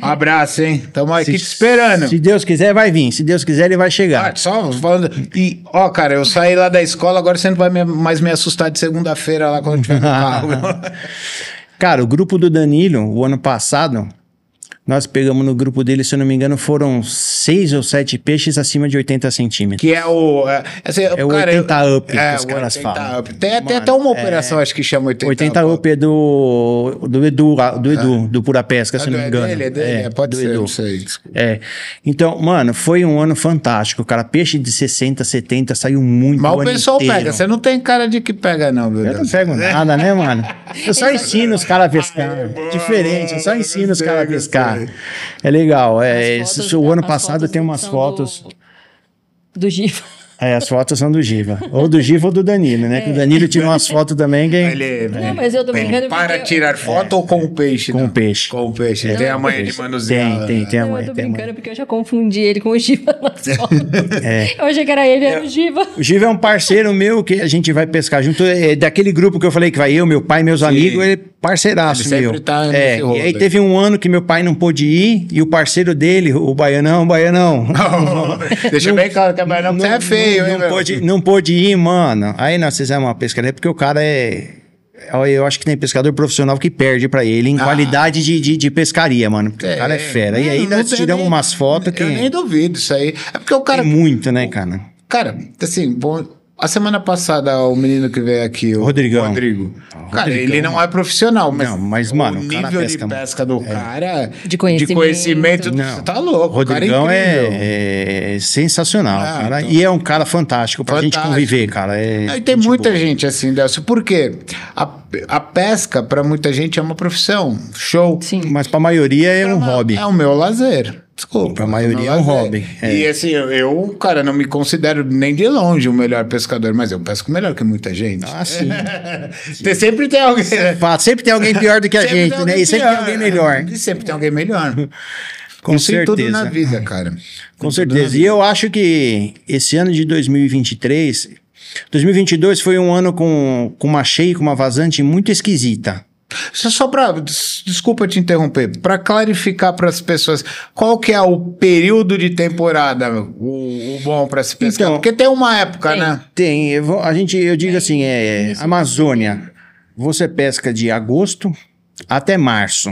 Speaker 1: abraço, hein? Tamo aqui te esperando.
Speaker 3: Se Deus quiser, vai vir. Se Deus quiser, ele vai chegar.
Speaker 1: Ah, só falando. E, ó, cara, eu saí lá da escola, agora você não vai me- mais me assustar de segunda-feira lá quando tiver no carro.
Speaker 3: Cara, o grupo do Danilo, o ano passado, nós pegamos no grupo dele, se eu não me engano, foram seis ou sete peixes acima de 80 centímetros.
Speaker 1: que é o. É, assim,
Speaker 3: É o
Speaker 1: cara,
Speaker 3: 80 up que
Speaker 1: é,
Speaker 3: os
Speaker 1: o
Speaker 3: caras
Speaker 1: 80
Speaker 3: falam.
Speaker 1: Up. Tem até,
Speaker 3: Mano,
Speaker 1: até uma operação, acho que chama 80,
Speaker 3: 80 up é do, do Edu, ah, do Edu, do Pura Pesca, se eu não me
Speaker 1: É
Speaker 3: engano.
Speaker 1: dele, é dele, é, pode
Speaker 3: do
Speaker 1: ser,
Speaker 3: Edu.
Speaker 1: não sei. desculpa.
Speaker 3: É. Então, mano, foi um ano fantástico, cara. Peixe de 60, 70 saiu muito.
Speaker 1: Mas
Speaker 3: o
Speaker 1: o
Speaker 3: ano
Speaker 1: pessoal
Speaker 3: inteiro.
Speaker 1: pega, você não tem cara de que pega, não, meu
Speaker 3: Eu não
Speaker 1: Deus.
Speaker 3: pego nada, né, mano? Eu só ensino os caras a pescar. É Diferente, eu só ensino os caras a pescar. É legal. É,
Speaker 2: As
Speaker 3: esse-
Speaker 2: fotos-
Speaker 3: o ano
Speaker 2: as
Speaker 3: passado
Speaker 2: fotos
Speaker 3: tem umas
Speaker 2: são
Speaker 3: fotos.
Speaker 2: Do, do Giva.
Speaker 3: É, as fotos são do Giva. Ou do Giva ou do Danilo, né? Que
Speaker 2: É.
Speaker 3: o Danilo tirou umas fotos também que-
Speaker 1: Ele, é
Speaker 3: É,
Speaker 2: Não, mas eu tô
Speaker 1: bem,
Speaker 2: brincando
Speaker 1: Para
Speaker 2: porque-
Speaker 1: tirar foto ou com o peixe?
Speaker 3: com
Speaker 1: não?
Speaker 3: o peixe.
Speaker 1: Com o peixe. Tem a manha de né?
Speaker 3: Tem,
Speaker 1: manusear.
Speaker 3: tem, tem a
Speaker 2: Não, eu
Speaker 3: mãe.
Speaker 2: tô
Speaker 3: Tem a mãe.
Speaker 2: brincando porque eu já confundi ele com o Giva nas fotos. Eu achei que era ele, era o Giva.
Speaker 3: O Giva é um parceiro meu que a gente vai pescar junto. É daquele grupo que eu falei que vai eu, meu pai, meus amigos, ele é parceiraço
Speaker 1: Ele sempre
Speaker 3: meu.
Speaker 1: tá nesse
Speaker 3: é,
Speaker 1: rolo
Speaker 3: e
Speaker 1: aí.
Speaker 3: aí teve um ano que meu pai não pôde ir e o parceiro dele, o Baianão, Baianão.
Speaker 1: Deixa bem claro que a não, é feio,
Speaker 3: não,
Speaker 1: hein, meu?
Speaker 3: pôde, não pôde ir, mano. Aí nós fizemos uma pescaria, porque o cara é. Olha, Eu acho que tem pescador profissional que perde pra ele em qualidade de, de, de pescaria, mano. Porque o cara é fera. E
Speaker 1: Ah. Não,
Speaker 3: aí
Speaker 1: não
Speaker 3: nós
Speaker 1: tem
Speaker 3: tiramos
Speaker 1: nem-
Speaker 3: umas fotos que.
Speaker 1: Eu nem duvido isso aí. É porque o cara.
Speaker 3: Tem muito, né, cara?
Speaker 1: Cara, assim, bom. A semana passada, o menino que veio aqui, o
Speaker 3: Rodrigão.
Speaker 1: Rodrigo. Cara, ele não é profissional, mas,
Speaker 3: Não, mas, mano,
Speaker 1: o
Speaker 3: o cara
Speaker 1: nível
Speaker 3: pesca
Speaker 1: de
Speaker 3: muito. É.
Speaker 1: pesca do cara, é
Speaker 2: De conhecimento.
Speaker 1: conhecimento,
Speaker 3: Não.
Speaker 1: você tá louco. o cara
Speaker 3: Rodrigão
Speaker 1: incrível.
Speaker 3: é, é sensacional,
Speaker 1: Ah,
Speaker 3: cara.
Speaker 1: então.
Speaker 3: E é um cara fantástico pra gente
Speaker 1: Fantástico.
Speaker 3: conviver, cara. É
Speaker 1: Aí tem
Speaker 3: gente
Speaker 1: muita
Speaker 3: boa.
Speaker 1: gente assim, Delcio, porque a, a pesca, pra muita gente, é uma profissão. Show.
Speaker 2: Sim.
Speaker 3: Mas pra maioria é um
Speaker 1: Pra-
Speaker 3: hobby.
Speaker 1: É o meu lazer. Desculpa.
Speaker 3: Pra maioria
Speaker 1: meu
Speaker 3: é
Speaker 1: lazer.
Speaker 3: um hobby,
Speaker 1: E assim, eu- eu, cara, não me considero nem de longe o melhor pescador, mas eu pesco melhor que muita gente.
Speaker 3: Ah, sim.
Speaker 1: Tem- Sempre tem alguém.
Speaker 3: Pá, Sempre tem alguém pior do que a
Speaker 1: Sempre tem
Speaker 3: gente, né? E
Speaker 1: alguém
Speaker 3: sempre tem
Speaker 1: pior.
Speaker 3: alguém melhor.
Speaker 1: E sempre tem alguém melhor.
Speaker 3: Com
Speaker 1: Isso em tudo
Speaker 3: certeza.
Speaker 1: na vida, cara.
Speaker 3: Com certeza. E eu acho que esse ano de 2023, 2022 foi um ano com, com uma cheia, e com uma vazante muito esquisita.
Speaker 1: Só, só pra. des- Desculpa te interromper. Pra clarificar pras pessoas, qual que é o período de temporada o, o bom pra se pescar?
Speaker 3: Então-
Speaker 1: Porque tem uma época,
Speaker 2: Tem.
Speaker 1: né?
Speaker 3: Tem, eu vou- a gente, eu digo assim, é Amazônia. Você pesca de agosto até março.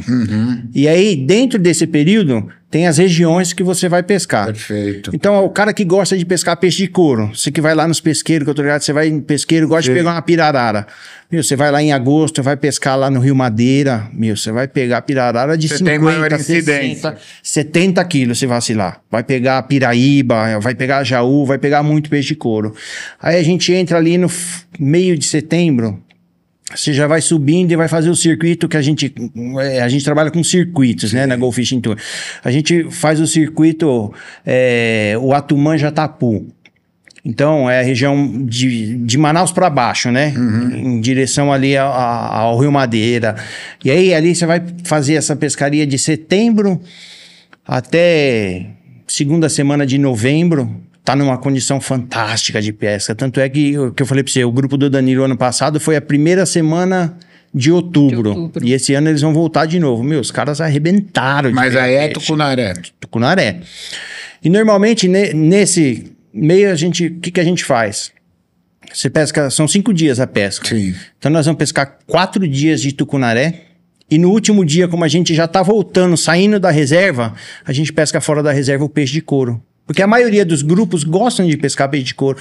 Speaker 3: E aí, dentro desse período, tem as regiões que você vai pescar.
Speaker 1: Perfeito.
Speaker 3: Então, o cara que gosta de pescar peixe de couro, você que vai lá nos pesqueiros, que eu tô ligado, você vai em pesqueiro, gosta de pegar uma pirarara. Meu, você vai lá em agosto, vai pescar lá no Rio Madeira, meu, você vai pegar a pirarara de
Speaker 1: Você tem maior
Speaker 3: 50, 60,
Speaker 1: incidência.
Speaker 3: 70 quilos, você vacilar. Vai pegar a piraíba, vai pegar a jaú, vai pegar muito peixe de couro. Aí a gente entra ali no f- meio de setembro, você já vai subindo e vai fazer o circuito que a gente. eh, A gente trabalha com circuitos, né? Na Golf Fishing Tour. A gente faz o circuito eh, o Atumã Jatapu. Então, é a região de, de Manaus para baixo, né?
Speaker 1: Uhum.
Speaker 3: Em direção ali a- a- ao Rio Madeira. E aí, ali você vai fazer essa pescaria de setembro até segunda semana de novembro tá numa condição fantástica de pesca. Tanto é que o que eu falei para você, o grupo do Danilo ano passado foi a primeira semana de outubro.
Speaker 2: De outubro.
Speaker 3: E esse ano eles vão voltar de novo. Meu, os caras arrebentaram. de
Speaker 1: Mas aí é
Speaker 3: peixe.
Speaker 1: tucunaré.
Speaker 3: Tucunaré. é. E normalmente ne- nesse meio a gente, o que, que a gente faz? Você pesca, são cinco dias a pesca.
Speaker 1: Sim.
Speaker 3: Então nós vamos pescar quatro dias de tucunaré. E no último dia, como a gente já tá voltando, saindo da reserva, a gente pesca fora da reserva o peixe de couro. Porque a maioria dos grupos gostam de pescar peixe de couro.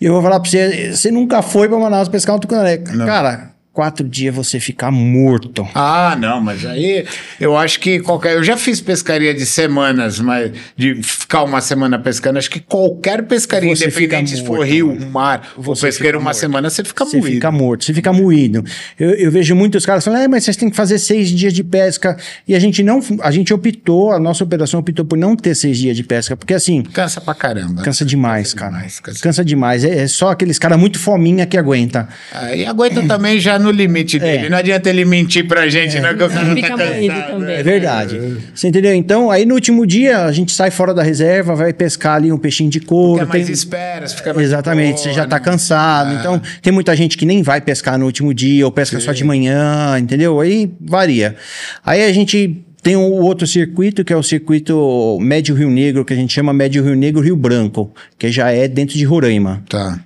Speaker 3: E eu vou falar pra você, você nunca foi pra Manaus pescar um tucunaré. Cara, quatro dias você fica morto.
Speaker 1: Ah, não, mas aí eu acho que qualquer. Eu já fiz pescaria de semanas, mas de ficar uma semana pescando. Acho que qualquer pescaria,
Speaker 3: Você
Speaker 1: independente
Speaker 3: fica
Speaker 1: se for
Speaker 3: morto,
Speaker 1: rio,
Speaker 3: mano.
Speaker 1: mar, ou
Speaker 3: Você
Speaker 1: pesqueiro
Speaker 3: fica
Speaker 1: uma
Speaker 3: morto.
Speaker 1: semana, você fica
Speaker 3: Você
Speaker 1: moído.
Speaker 3: fica morto, você fica moído. Eu, eu vejo muitos caras falando, "É, mas vocês têm que fazer seis dias de pesca. E a gente não, a gente optou, a nossa operação optou por não ter seis dias de pesca, porque assim,
Speaker 1: Cansa pra caramba.
Speaker 3: cansa demais, cara.
Speaker 1: demais, cansa.
Speaker 3: cansa. demais. É, é só aqueles caras muito fominha que aguenta.
Speaker 1: Aí aguenta também já no
Speaker 3: É.
Speaker 1: limite dele. Não adianta ele mentir pra gente, não, que o cara tá
Speaker 2: Fica moído
Speaker 1: cansado.
Speaker 2: também.
Speaker 3: É verdade. Você entendeu? Então, aí no último dia, a gente sai fora da reserva, vai pescar ali um peixinho de couro.
Speaker 1: Fica mais
Speaker 3: tem-
Speaker 1: espera, você fica mais
Speaker 3: Exatamente, você já
Speaker 1: boa,
Speaker 3: tá
Speaker 1: né?
Speaker 3: cansado. Então, tem muita gente que nem vai pescar no último dia, ou pesca só de manhã, entendeu? Aí varia. Aí a gente tem o outro circuito, que é o circuito Médio Rio Negro, que a gente chama Médio Rio Negro Rio Branco, que já é dentro de Roraima,
Speaker 1: Tá.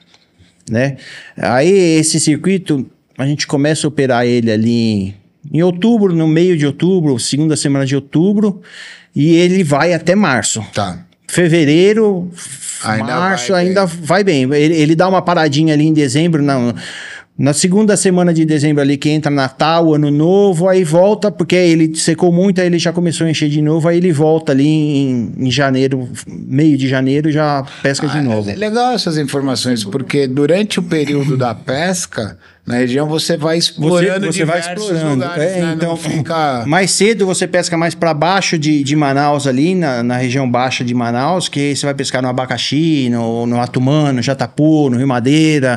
Speaker 3: né? Aí esse circuito, a gente começa a operar ele ali em outubro, no meio de outubro, segunda semana de outubro, e ele vai até março
Speaker 1: Tá.
Speaker 3: fevereiro, f-
Speaker 1: Ainda
Speaker 3: março,
Speaker 1: vai bem.
Speaker 3: ainda vai bem. Ele, ele dá uma paradinha ali em dezembro, na, na segunda semana de dezembro ali que entra Natal, Ano Novo, aí volta, porque ele secou muito, aí ele já começou a encher de novo, aí ele volta ali em, em janeiro, meio de janeiro, já pesca de
Speaker 1: Ah,
Speaker 3: novo.
Speaker 1: é Legal essas informações, porque durante o período da pesca, na região você vai explorando
Speaker 3: você vai
Speaker 1: diversos
Speaker 3: explorando,
Speaker 1: lugares,
Speaker 3: é,
Speaker 1: né? Não
Speaker 3: então-
Speaker 1: fica...
Speaker 3: Mais cedo você pesca mais para baixo de, de Manaus ali, na, na região baixa de Manaus, que aí você vai pescar no Abacaxi, no, no Atumã, no Jatapu, no Rio Madeira,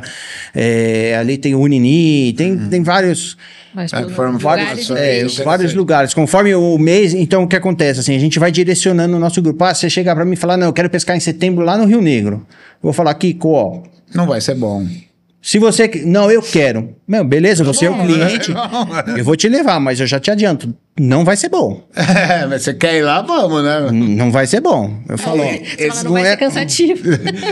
Speaker 3: é, ali tem o Unini, tem, tem vários,
Speaker 2: Mas
Speaker 1: É,
Speaker 2: pelo-
Speaker 1: foram
Speaker 2: lugares
Speaker 1: vários-
Speaker 2: do
Speaker 1: é,
Speaker 2: peixe.
Speaker 1: interessante.
Speaker 3: vários lugares. Conforme o mês, então o que acontece? Assim, a gente vai direcionando o nosso grupo. Ah, você chega para mim e fala, não, eu quero pescar em setembro lá no Rio Negro. Eu Vou falar, Kiko, ó,
Speaker 1: Não vai ser bom.
Speaker 3: se você. que- Não, eu quero. Meu, beleza, você é o
Speaker 1: Bom,
Speaker 3: cliente.
Speaker 1: né? Bom.
Speaker 3: Eu vou te levar, mas eu já te adianto. Não vai ser bom.
Speaker 1: É, mas você quer ir lá, vamos, né?
Speaker 3: N- Não vai ser bom. Eu falo. ó,
Speaker 2: Você fala,
Speaker 1: Esse
Speaker 2: não vai
Speaker 3: não
Speaker 2: ser
Speaker 3: é-
Speaker 2: cansativo.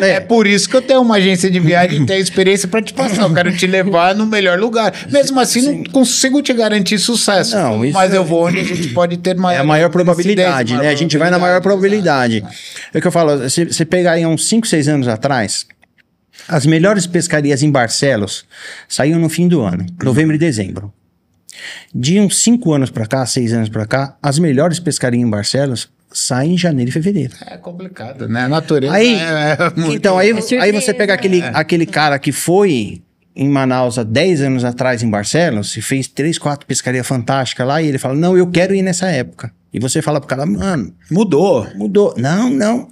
Speaker 1: É por isso que eu tenho uma agência de viagem e tenho experiência pra te passar. Eu quero te levar no melhor lugar. Mesmo assim, não consigo te garantir sucesso.
Speaker 3: Não, isso
Speaker 1: mas eu vou onde a gente pode ter maior
Speaker 3: É a maior probabilidade,
Speaker 1: incidência,
Speaker 3: né? A gente vai na maior
Speaker 1: probabilidade.
Speaker 3: probabilidade. É o que eu falo, se você pegaria uns 5, 6 anos atrás, as melhores pescarias em Barcelos saíam no fim do ano, novembro e dezembro. De uns 5 anos pra cá, 6 anos pra cá, as melhores pescarias em Barcelos saem em janeiro e fevereiro.
Speaker 1: É complicado, né? A natureza
Speaker 3: Aí,
Speaker 1: é, é muito...
Speaker 3: então, aí,
Speaker 2: É surpresa,
Speaker 3: aí você pega aquele,
Speaker 2: né?
Speaker 3: aquele cara que foi em Manaus há 10 anos atrás, em Barcelos, e fez 3, 4 pescarias fantásticas lá, e ele fala, não, eu quero ir nessa época. E você fala pro cara, mano,
Speaker 1: Mudou.
Speaker 3: mudou. Não, não.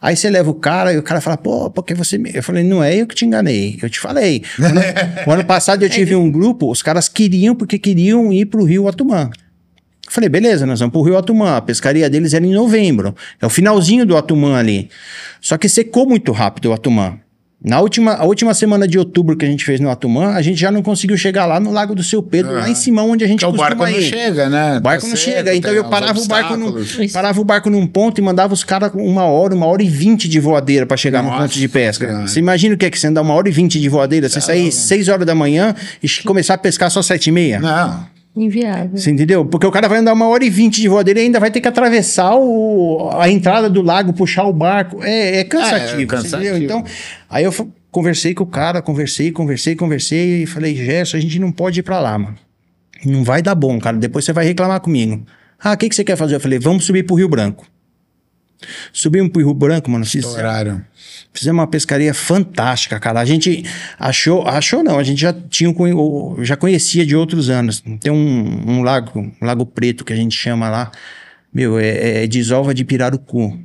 Speaker 3: Aí você leva o cara e o cara fala, pô, porque você. me- Eu falei, não é eu que te enganei, eu te falei. O ano, o ano passado eu tive um grupo, os caras queriam porque queriam ir pro Rio Atumã. Eu falei, beleza, nós vamos pro Rio Atumã. A pescaria deles era em novembro. É o finalzinho do Atumã ali. Só que secou muito rápido o Atumã. Na última, a última semana de outubro que a gente fez no Atumã, a gente já não conseguiu chegar lá no Lago do Seu Pedro, lá em cima onde a gente
Speaker 1: Então o
Speaker 3: costuma
Speaker 1: barco não
Speaker 3: ir.
Speaker 1: chega, né?
Speaker 3: O barco não chega. Então eu parava o barco num,
Speaker 1: no.
Speaker 2: Isso.
Speaker 3: parava o barco num ponto e mandava os caras com uma hora, uma hora e vinte de voadeira pra chegar
Speaker 1: Nossa,
Speaker 3: no ponto de pesca.
Speaker 1: cara. Tá
Speaker 3: Você imagina o que é que você andar uma hora e vinte de voadeira, você sair seis horas da manhã e che- começar a pescar só sete e meia?
Speaker 1: Não.
Speaker 2: Inviável.
Speaker 3: Você entendeu? Porque o cara vai andar uma hora e vinte de voadeira e ainda vai ter que atravessar o- a entrada do lago, puxar o barco. É, é cansativo.
Speaker 1: É, é
Speaker 3: você
Speaker 1: cansativo.
Speaker 3: entendeu? Então, aí eu fa- conversei com o cara, conversei, conversei, conversei e falei, Gerson, a gente não pode ir pra lá, mano. Não vai dar bom, cara. Depois você vai reclamar comigo. Ah, o que, que você quer fazer? Eu falei, vamos subir pro Rio Branco. Subimos pro Rio Branco, mano. fiz-
Speaker 1: Estouraram.
Speaker 3: Fizemos uma pescaria fantástica, cara. A gente achou, achou não, a gente já tinha, um conhe- o- já conhecia de outros anos. Tem um, um lago, um lago preto que a gente chama lá, meu, é, é desova de pirarucu.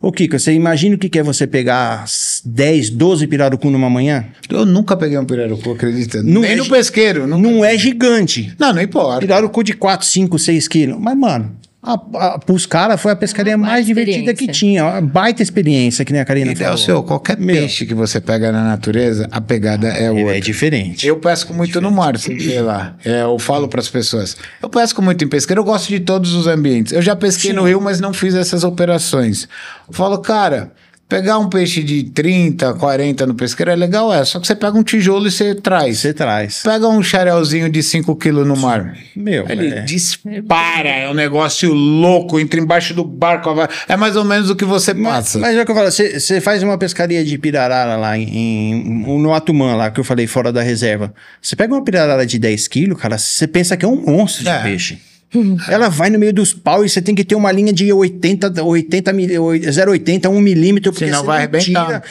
Speaker 3: Ô Kiko, você imagina o que que é você pegar as 10, 12 pirarucu numa manhã?
Speaker 1: Eu nunca peguei um pirarucu, acredita?
Speaker 3: Não
Speaker 1: Nem
Speaker 3: é
Speaker 1: no
Speaker 3: gi-
Speaker 1: pesqueiro. Não,
Speaker 3: Não é gigante.
Speaker 1: não, não importa.
Speaker 3: Pirarucu de 4, 5, 6 quilos. Mas, mano, Para os caras foi a pescaria
Speaker 2: Uma
Speaker 3: mais
Speaker 2: baita
Speaker 3: divertida que
Speaker 2: experiência.
Speaker 3: tinha. Uma baita experiência, que nem a Karina
Speaker 1: Então,
Speaker 3: falou.
Speaker 1: seu, qualquer
Speaker 3: né, Meu.
Speaker 1: peixe que você pega na natureza, a pegada é
Speaker 3: Ele
Speaker 1: outra.
Speaker 3: é diferente.
Speaker 1: Eu pesco muito no mar, sei lá. É, eu falo para as pessoas. Eu pesco muito em pesqueiro, eu gosto de todos os ambientes. Eu já pesquei no rio, mas não fiz essas operações. Eu falo, cara, pegar um peixe de 30, 40 no pesqueiro é legal, é. Só que você pega um tijolo e você traz.
Speaker 3: Você traz.
Speaker 1: Pega um xarelzinho de 5 quilos no mar.
Speaker 3: Meu,
Speaker 1: Ele
Speaker 3: é.
Speaker 1: dispara, é um negócio louco, entra embaixo do barco. É mais ou menos o que você
Speaker 3: Mas,
Speaker 1: passa.
Speaker 3: mas é o que eu falo, você você faz uma pescaria de pirarara lá em, em- um, no Atumã, lá que eu falei, fora da reserva. Você pega uma pirarara de 10 quilos, cara, você pensa que é um monstro
Speaker 1: É.
Speaker 3: de peixe. Ela vai no meio dos pau e você tem que ter uma linha de 80, 80, mili- oi- 0,80, 1 milímetro, porque
Speaker 1: Senão
Speaker 3: você
Speaker 1: vai
Speaker 3: não
Speaker 1: arrebentar.
Speaker 3: tira.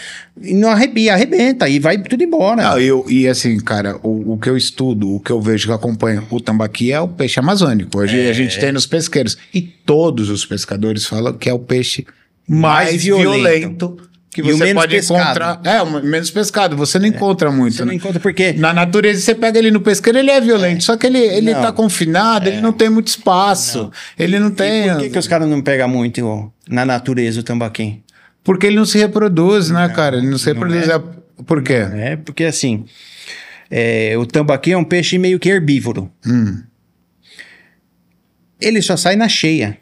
Speaker 3: E não arrebia, arrebenta, e vai tudo embora.
Speaker 1: Não, eu, e assim, cara, o, o que eu estudo, o que eu vejo, que eu acompanho o tambaqui é o peixe amazônico. Hoje a gente tem nos pesqueiros. E todos os pescadores falam que é o peixe mais,
Speaker 3: Mais
Speaker 1: violento.
Speaker 3: violento.
Speaker 1: que
Speaker 3: E o
Speaker 1: você
Speaker 3: menos
Speaker 1: pode
Speaker 3: pescado.
Speaker 1: encontrar. É, o menos pescado. Você não encontra muito.
Speaker 3: você não
Speaker 1: né?
Speaker 3: encontra porque
Speaker 1: Na natureza, você pega ele no pesqueiro, ele é violento. Só que ele, ele
Speaker 3: Não.
Speaker 1: tá confinado, ele não tem muito espaço. Ele não tem.
Speaker 3: Por que, que os caras não pegam muito ó, na natureza o tambaquim?
Speaker 1: Porque ele não se reproduz, né, cara? Ele não se reproduz. é- Por quê?
Speaker 3: É, porque assim, é, o tambaqui é um peixe meio que herbívoro.
Speaker 1: Hum.
Speaker 3: Ele só sai na cheia.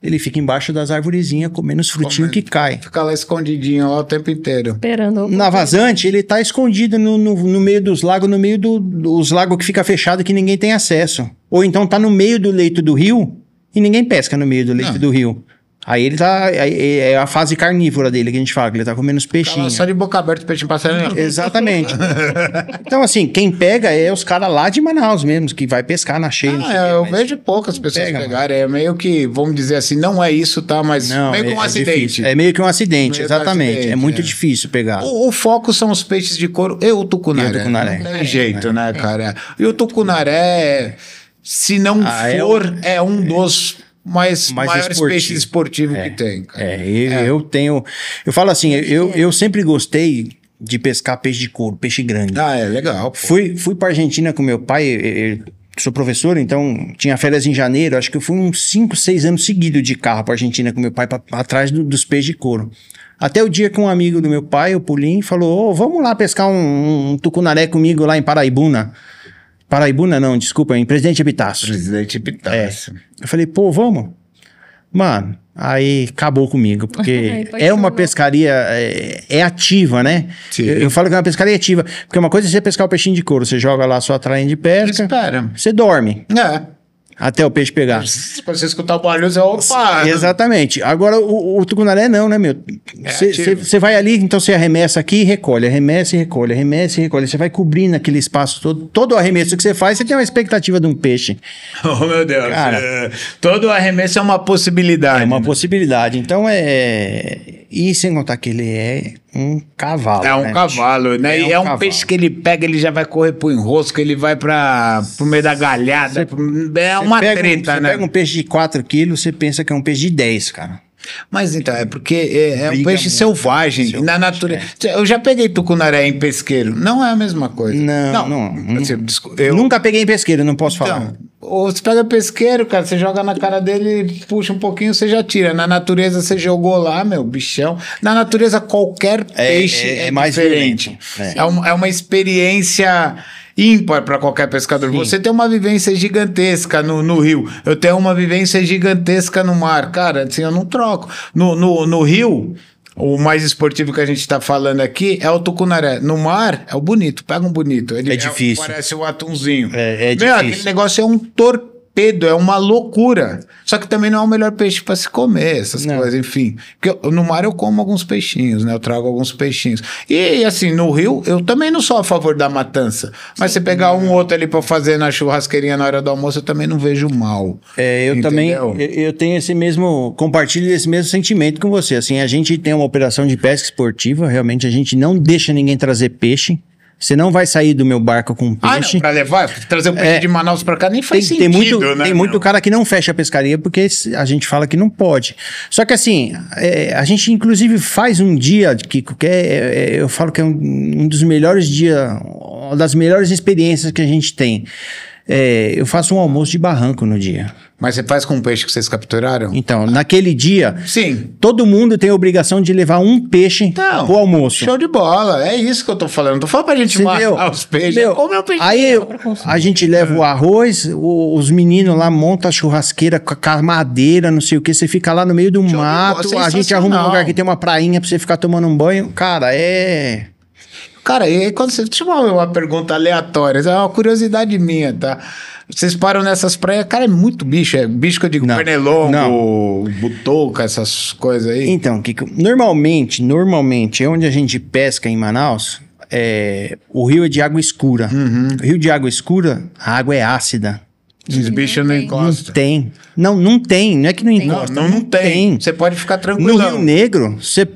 Speaker 3: Ele fica embaixo das arvorezinhas comendo os frutinhos que cai.
Speaker 1: Fica lá escondidinho lá o tempo inteiro.
Speaker 2: Esperando.
Speaker 3: Na vazante, ele tá escondido no, no- no meio dos lagos, no meio do- dos lagos que fica fechado que ninguém tem acesso. Ou então tá no meio do leito do rio e ninguém pesca no meio do leito
Speaker 1: Não.
Speaker 3: do rio. Aí ele tá. aí é a fase carnívora dele que a gente fala, que ele tá comendo os
Speaker 1: Fica lá
Speaker 3: peixinhos.
Speaker 1: só de boca aberta, peixe passando.
Speaker 3: Exatamente. então, assim, quem pega é os caras lá de Manaus mesmo, que vai pescar na cheia. não sei o
Speaker 1: Ah,
Speaker 3: quê,
Speaker 1: eu
Speaker 3: mas-
Speaker 1: vejo poucas pessoas
Speaker 3: pega, mano.
Speaker 1: pegarem. É meio que, vamos dizer assim, não é isso, tá? Mas
Speaker 3: Não,
Speaker 1: meio que um
Speaker 3: é- é
Speaker 1: acidente.
Speaker 3: difícil. É meio que um acidente,
Speaker 1: Meio que um
Speaker 3: exatamente. é
Speaker 1: acidente,
Speaker 3: muito
Speaker 1: é.
Speaker 3: difícil pegar.
Speaker 1: O, o foco são os peixes de couro e o tucunaré.
Speaker 3: E o tucunaré. É,
Speaker 1: Não tem jeito, né, cara? E o tucunaré, se não
Speaker 3: Ah, é
Speaker 1: for, é, um dos mais,
Speaker 3: Mais
Speaker 1: maiores
Speaker 3: esportivo.
Speaker 1: peixes esportivos
Speaker 3: É,
Speaker 1: que tem, cara.
Speaker 3: É, eu, eu tenho. Eu falo assim, eu, eu sempre gostei de pescar peixe de couro, peixe grande.
Speaker 1: Ah, é legal. pô.
Speaker 3: Fui, fui pra Argentina com meu pai, eu- eu sou professor, então tinha férias em janeiro, acho que eu fui uns 5, 6 anos seguidos de carro pra Argentina com meu pai, pra- pra atrás do- dos peixes de couro. Até o dia que um amigo do meu pai, o Pulim, falou, ô, vamos lá pescar um, um tucunaré comigo lá em Paraibuna. Paraibuna não, desculpa, em Presidente Epitácio.
Speaker 1: Presidente Pitácio.
Speaker 3: Eu falei, pô, vamos? Mano, aí acabou comigo,
Speaker 2: Ai,
Speaker 3: porque é
Speaker 2: apaixonou.
Speaker 3: uma pescaria é, é ativa, né?
Speaker 1: Sim.
Speaker 3: Eu, eu falo que é uma pescaria ativa, porque uma coisa é você pescar o peixinho de couro, você joga lá a sua trainha de pesca,
Speaker 1: É. Espera.
Speaker 3: você dorme
Speaker 1: É.
Speaker 3: até o peixe pegar.
Speaker 1: Se você escutar o barulho, você opa!
Speaker 3: Exatamente. Agora, o, o tucunaré não, né, meu? Você
Speaker 1: É ativo.
Speaker 3: você vai ali, então você arremessa aqui e recolhe, arremessa e recolhe, arremessa e recolhe. Você vai cobrindo aquele espaço todo. Todo o arremesso que você faz, você tem uma expectativa de um peixe.
Speaker 1: Oh, meu Deus.
Speaker 3: Cara.
Speaker 1: É, todo arremesso é uma possibilidade.
Speaker 3: É uma
Speaker 1: né?
Speaker 3: possibilidade. Então é. E sem contar que ele é um cavalo.
Speaker 1: É um
Speaker 3: né?
Speaker 1: cavalo, né?
Speaker 3: É
Speaker 1: e
Speaker 3: um
Speaker 1: é um
Speaker 3: cavalo.
Speaker 1: peixe que ele pega, ele já vai correr pro enrosco, ele vai pra, pro meio da galhada. pro- é
Speaker 3: Você
Speaker 1: uma
Speaker 3: pega um-
Speaker 1: treta,
Speaker 3: você
Speaker 1: né?
Speaker 3: pega um peixe de 4 quilos, você pensa que é um peixe de 10, cara.
Speaker 1: Mas então, é porque é, é um
Speaker 3: Briga é.
Speaker 1: peixe
Speaker 3: muito.
Speaker 1: selvagem, na natureza. Eu já peguei tucunaré em pesqueiro, não é a mesma coisa.
Speaker 3: Não, não.
Speaker 1: assim, descu- eu,
Speaker 3: Nunca peguei em pesqueiro, não posso falar.
Speaker 1: Então, ou você pega pesqueiro, cara, você joga na cara dele, puxa um pouquinho, você já tira. Na natureza, você jogou lá, meu, bichão. Na natureza, qualquer peixe é,
Speaker 3: é- é mais
Speaker 1: diferente.
Speaker 3: violento, né?
Speaker 1: É. uma, é uma experiência ímpar para qualquer pescador. Você tem uma vivência gigantesca no, no rio, eu tenho uma vivência gigantesca no mar. Cara, assim, eu não troco. No, no, no rio... O mais esportivo que a gente tá falando aqui é o tucunaré. No mar, é o bonito. Pega um bonito. Ele
Speaker 3: É difícil.
Speaker 1: Parece o atunzinho.
Speaker 3: É- é
Speaker 1: Meu, aquele
Speaker 3: difícil.
Speaker 1: negócio é um torpedo, é uma loucura. Só que também não é o melhor peixe para se comer, essas
Speaker 3: Não.
Speaker 1: coisas, enfim. Porque eu- no mar eu como alguns peixinhos, né? Eu trago alguns peixinhos. E assim, no rio, eu também não sou a favor da matança. Mas você pegar um outro ali para fazer na churrasqueirinha na hora do almoço, eu também não vejo mal.
Speaker 3: É, eu
Speaker 1: Entendeu?
Speaker 3: também eu, eu tenho esse mesmo compartilho esse mesmo sentimento com você. Assim, a gente tem uma operação de pesca esportiva, realmente a gente não deixa ninguém trazer peixe. Você não vai sair do meu barco com
Speaker 1: Ah,
Speaker 3: peixe.
Speaker 1: não, pra levar, trazer o peixe
Speaker 3: É.
Speaker 1: de Manaus pra cá nem
Speaker 3: tem,
Speaker 1: faz
Speaker 3: tem
Speaker 1: sentido,
Speaker 3: muito,
Speaker 1: né?
Speaker 3: tem
Speaker 1: meu?
Speaker 3: muito cara que não fecha a pescaria porque s- a gente fala que não pode. Só que assim, é, a gente inclusive faz um dia, Kiko, que é- é- é- eu falo que é um, um dos melhores dias, uma das melhores experiências que a gente tem. é, eu faço um almoço de barranco no dia.
Speaker 1: Mas você faz com o peixe que vocês capturaram?
Speaker 3: Então, naquele dia,
Speaker 1: Sim.
Speaker 3: todo mundo tem a obrigação de levar um peixe
Speaker 1: Então,
Speaker 3: pro almoço.
Speaker 1: Show de bola. É isso que eu tô falando. Não tô falando pra gente
Speaker 3: Você
Speaker 1: matar
Speaker 3: viu?
Speaker 1: os peixes.
Speaker 3: Meu,
Speaker 1: Ou meu peixe.
Speaker 3: Aí eu- a gente leva
Speaker 1: É.
Speaker 3: o arroz, o- os meninos lá montam a churrasqueira com a- com a madeira, não sei o que. Você fica lá no meio do
Speaker 1: de bola,
Speaker 3: mato, a gente
Speaker 1: sensacional.
Speaker 3: arruma um lugar que tem uma prainha pra você ficar tomando um banho. Cara, é.
Speaker 1: Cara, e aí quando você. Deixa eu fazer uma pergunta aleatória. É uma curiosidade minha, tá? Vocês param nessas praias, cara, é muito bicho. É bicho que eu digo,
Speaker 3: Não.
Speaker 1: pernilongo,
Speaker 3: Não.
Speaker 1: butoca, essas coisas aí.
Speaker 3: Então, que que- normalmente, normalmente, é onde a gente pesca em Manaus, é, o rio é de água escura.
Speaker 1: Uhum.
Speaker 3: O rio de água escura, a água é ácida.
Speaker 1: Esses bichos não
Speaker 3: Não
Speaker 1: encostam.
Speaker 3: tem. Não, não tem. Não é que não
Speaker 1: Não,
Speaker 3: encosta.
Speaker 1: não, não tem.
Speaker 3: tem.
Speaker 1: Você pode ficar tranquilo.
Speaker 3: No Rio Negro, você.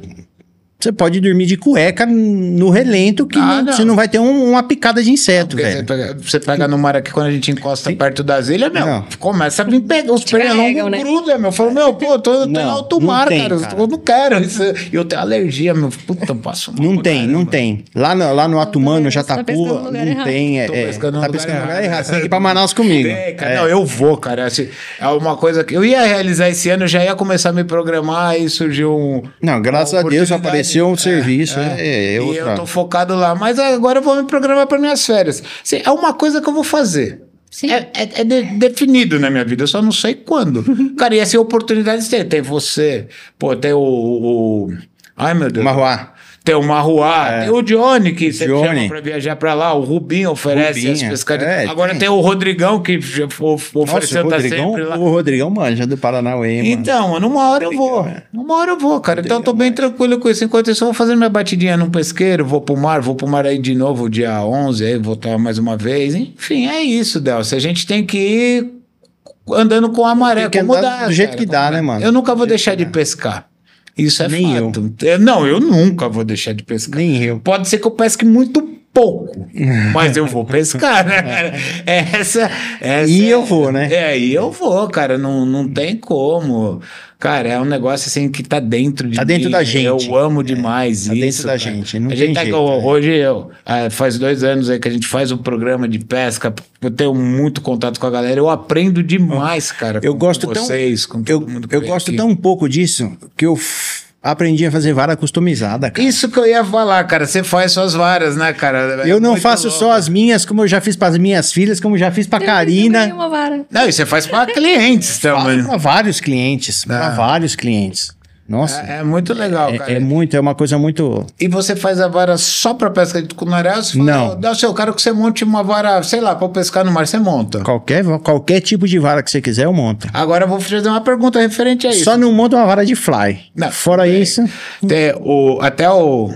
Speaker 3: Você pode dormir de cueca no relento que
Speaker 1: Ah,
Speaker 3: não-
Speaker 1: não.
Speaker 3: você não vai ter um- uma picada de inseto,
Speaker 1: Porque Você
Speaker 3: velho.
Speaker 1: pega, você pega no mar aqui, quando a gente encosta perto das ilhas, meu,
Speaker 3: Não.
Speaker 1: começa a me pegar os
Speaker 2: Carregam,
Speaker 1: pernilongos
Speaker 2: né?
Speaker 1: grudam, meu. Eu falo, meu, pô, eu tô, eu tô em
Speaker 3: Não,
Speaker 1: alto
Speaker 3: não
Speaker 1: mar,
Speaker 3: tem,
Speaker 1: cara,
Speaker 3: cara.
Speaker 1: Eu não quero isso. E eu tenho alergia, meu. Puta, eu passo mal.
Speaker 3: Não tem, não tem. Lá no, lá no Atumano,
Speaker 2: você tá
Speaker 3: Jatapu,
Speaker 2: pescando no lugar
Speaker 3: não
Speaker 2: errado.
Speaker 3: tem. É,
Speaker 1: Tô
Speaker 3: é,
Speaker 1: pescando no
Speaker 3: tá
Speaker 1: lugar
Speaker 3: pescando no lugar
Speaker 1: errado.
Speaker 3: errado. Você tem que ir pra Manaus comigo.
Speaker 1: É, cara,
Speaker 3: É.
Speaker 1: Não, eu vou, cara. Assim, é uma coisa que eu ia realizar esse ano, eu já ia começar a me programar, aí surgiu um.
Speaker 3: Não, graças
Speaker 1: uma
Speaker 3: a Deus
Speaker 1: oportunidade.
Speaker 3: apareceu um
Speaker 1: É,
Speaker 3: serviço. É, é,
Speaker 1: e
Speaker 3: outra.
Speaker 1: eu tô focado lá. Mas agora eu vou me programar para minhas férias. Assim, é uma coisa que eu vou fazer.
Speaker 2: Sim.
Speaker 1: É, é- é de- definido na minha vida, eu só não sei quando. Cara, e assim, oportunidades tem. Tem você, pô, tem o. o- o- Ai, meu Deus.
Speaker 3: Marruá.
Speaker 1: Tem o Marruá, tem o Johnny, que sempre
Speaker 3: é. Johnny.
Speaker 1: chama pra viajar pra lá, o Rubinho oferece
Speaker 3: Rubinho,
Speaker 1: as pescarias.
Speaker 3: é,
Speaker 1: Agora tem.
Speaker 3: tem.
Speaker 1: o Rodrigão, que já o-
Speaker 3: Nossa,
Speaker 1: ofereceu
Speaker 3: o
Speaker 1: tá
Speaker 3: Rodrigão,
Speaker 1: sempre lá.
Speaker 3: o Rodrigão manja do Paranauê, mano. Tá
Speaker 1: Então, numa hora eu vou. Numa hora eu vou, cara. Então eu tô bem tranquilo com isso. Enquanto isso, eu vou fazer minha batidinha num pesqueiro, vou pro mar, vou pro mar aí de novo dia 11, aí voltar mais uma vez. Enfim, é isso, Delcio. A gente tem que ir andando com a maré,
Speaker 3: Tem que
Speaker 1: como
Speaker 3: andar
Speaker 1: dá,
Speaker 3: do jeito
Speaker 1: cara,
Speaker 3: que
Speaker 1: como
Speaker 3: dá,
Speaker 1: dá.
Speaker 3: né, mano?
Speaker 1: Eu nunca vou
Speaker 3: Do jeito
Speaker 1: deixar de pescar. Isso é
Speaker 3: Nem
Speaker 1: fato. Eu. Não, eu nunca vou deixar de pescar.
Speaker 3: Nem eu.
Speaker 1: Pode ser que eu pesque muito pouco, mas eu vou pescar, né? Essa, essa
Speaker 3: E eu vou, né?
Speaker 1: É, e eu vou, cara, não, não tem como. Cara, é um negócio assim que tá dentro de
Speaker 3: Tá dentro
Speaker 1: mim.
Speaker 3: da gente.
Speaker 1: Eu amo demais
Speaker 3: tá
Speaker 1: isso.
Speaker 3: dentro
Speaker 1: cara.
Speaker 3: da gente, não
Speaker 1: a
Speaker 3: tem
Speaker 1: gente tá,
Speaker 3: jeito,
Speaker 1: com-
Speaker 3: né?
Speaker 1: Hoje eu, ah, faz dois anos aí que a gente faz um programa de pesca, eu tenho muito contato com a galera, eu aprendo demais, cara,
Speaker 3: Eu
Speaker 1: com
Speaker 3: gosto tão-
Speaker 1: vocês, com
Speaker 3: Eu,
Speaker 1: todo mundo que
Speaker 3: eu
Speaker 1: vem
Speaker 3: gosto
Speaker 1: aqui.
Speaker 3: tão pouco disso que eu f- aprendi a fazer vara customizada, cara.
Speaker 1: Isso que eu ia falar, cara, você faz suas varas, né, cara? É
Speaker 3: Eu não
Speaker 1: muito
Speaker 3: faço
Speaker 1: louco.
Speaker 3: só as minhas, como eu já fiz para as minhas filhas, como eu já fiz para
Speaker 2: Eu ganhei
Speaker 3: Karina.
Speaker 2: uma vara.
Speaker 1: Não, e você faz pra clientes também.
Speaker 3: Para vários clientes, para
Speaker 1: Ah.
Speaker 3: vários clientes. Nossa,
Speaker 1: É,
Speaker 3: é,
Speaker 1: é muito legal, cara.
Speaker 3: é muito, é uma coisa muito.
Speaker 1: E você faz a vara só pra pesca de tucunaré? Você fala,
Speaker 3: Não.
Speaker 1: Dá o seu cara que você monte uma vara, sei lá, pra pescar no mar, você monta.
Speaker 3: Qualquer, qualquer tipo de vara que você quiser, eu monto.
Speaker 1: Agora eu vou fazer uma pergunta referente a É isso.
Speaker 3: Só não monto uma vara de fly.
Speaker 1: Não,
Speaker 3: Fora isso,
Speaker 1: Tem o, até o,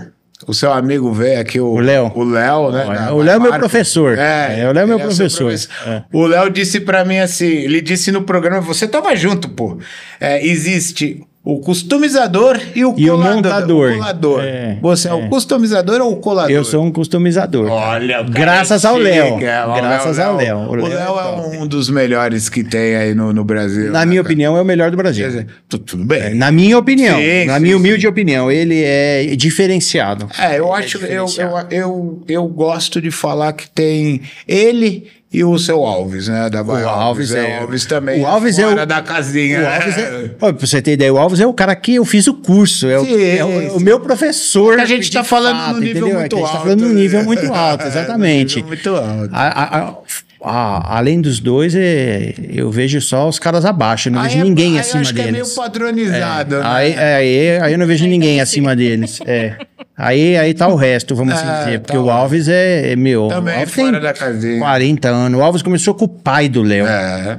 Speaker 1: o seu amigo veio aqui, o,
Speaker 3: O Léo.
Speaker 1: O Léo, né? da-
Speaker 3: o Léo é meu
Speaker 1: Marco.
Speaker 3: professor. É, o Léo é meu
Speaker 1: ele seu
Speaker 3: professor. É.
Speaker 1: O Léo disse pra mim assim, ele disse no programa, você tava junto, pô. É, existe o customizador e o
Speaker 3: E o
Speaker 1: colador.
Speaker 3: montador.
Speaker 1: colador.
Speaker 3: É,
Speaker 1: você é, o customizador ou o colador?
Speaker 3: eu sou um customizador.
Speaker 1: Olha, o
Speaker 3: Graças
Speaker 1: cara
Speaker 3: ao
Speaker 1: é
Speaker 3: Léo.
Speaker 1: chique, é, o
Speaker 3: Graças ao Léo.
Speaker 1: O Léo é um dos melhores que tem aí no, no Brasil.
Speaker 3: Na
Speaker 1: né,
Speaker 3: minha
Speaker 1: cara?
Speaker 3: opinião, é o melhor do
Speaker 1: Quer
Speaker 3: Brasil.
Speaker 1: dizer, tu- tudo bem.
Speaker 3: Na minha opinião,
Speaker 1: Sim,
Speaker 3: na
Speaker 1: sim,
Speaker 3: minha
Speaker 1: sim.
Speaker 3: humilde opinião, ele é diferenciado.
Speaker 1: É, eu
Speaker 3: Ele
Speaker 1: acho. Eu, eu,
Speaker 3: diferenciado.
Speaker 1: eu, eu gosto de falar que tem ele e o seu Alves, né? Da Bahia.
Speaker 3: O Alves é-
Speaker 1: O Alves também.
Speaker 3: o Alves é
Speaker 1: fora
Speaker 3: o-
Speaker 1: da casinha.
Speaker 3: O
Speaker 1: né?
Speaker 3: Alves é, Ó, pra você ter ideia, o Alves é o cara que eu fiz o curso, é, o,
Speaker 1: Sim,
Speaker 3: é o-
Speaker 1: sim.
Speaker 3: o meu professor.
Speaker 1: Que a gente
Speaker 3: de
Speaker 1: tá falando num nível
Speaker 3: entendeu? É
Speaker 1: muito
Speaker 3: que a gente
Speaker 1: alto,
Speaker 3: tá falando num
Speaker 1: né?
Speaker 3: nível muito alto,
Speaker 1: É,
Speaker 3: exatamente.
Speaker 1: num nível muito alto.
Speaker 3: A- a- a- a- além dos dois, é, eu vejo só os caras abaixo, eu não
Speaker 1: Aí
Speaker 3: vejo
Speaker 1: é-
Speaker 3: ninguém
Speaker 1: aí eu
Speaker 3: acima
Speaker 1: acho que é meio
Speaker 3: deles. É,
Speaker 1: padronizado. né? tá
Speaker 3: Aí, aí, aí eu não vejo ninguém acima deles. É. Aí, aí tá o resto, vamos
Speaker 1: assim. É,
Speaker 3: assim dizer. Porque
Speaker 1: tá
Speaker 3: o
Speaker 1: lá.
Speaker 3: Alves é, é meu.
Speaker 1: Também
Speaker 3: o Alves
Speaker 1: fora
Speaker 3: tem
Speaker 1: da casinha.
Speaker 3: 40 anos. O Alves começou com o pai do Léo.
Speaker 1: É.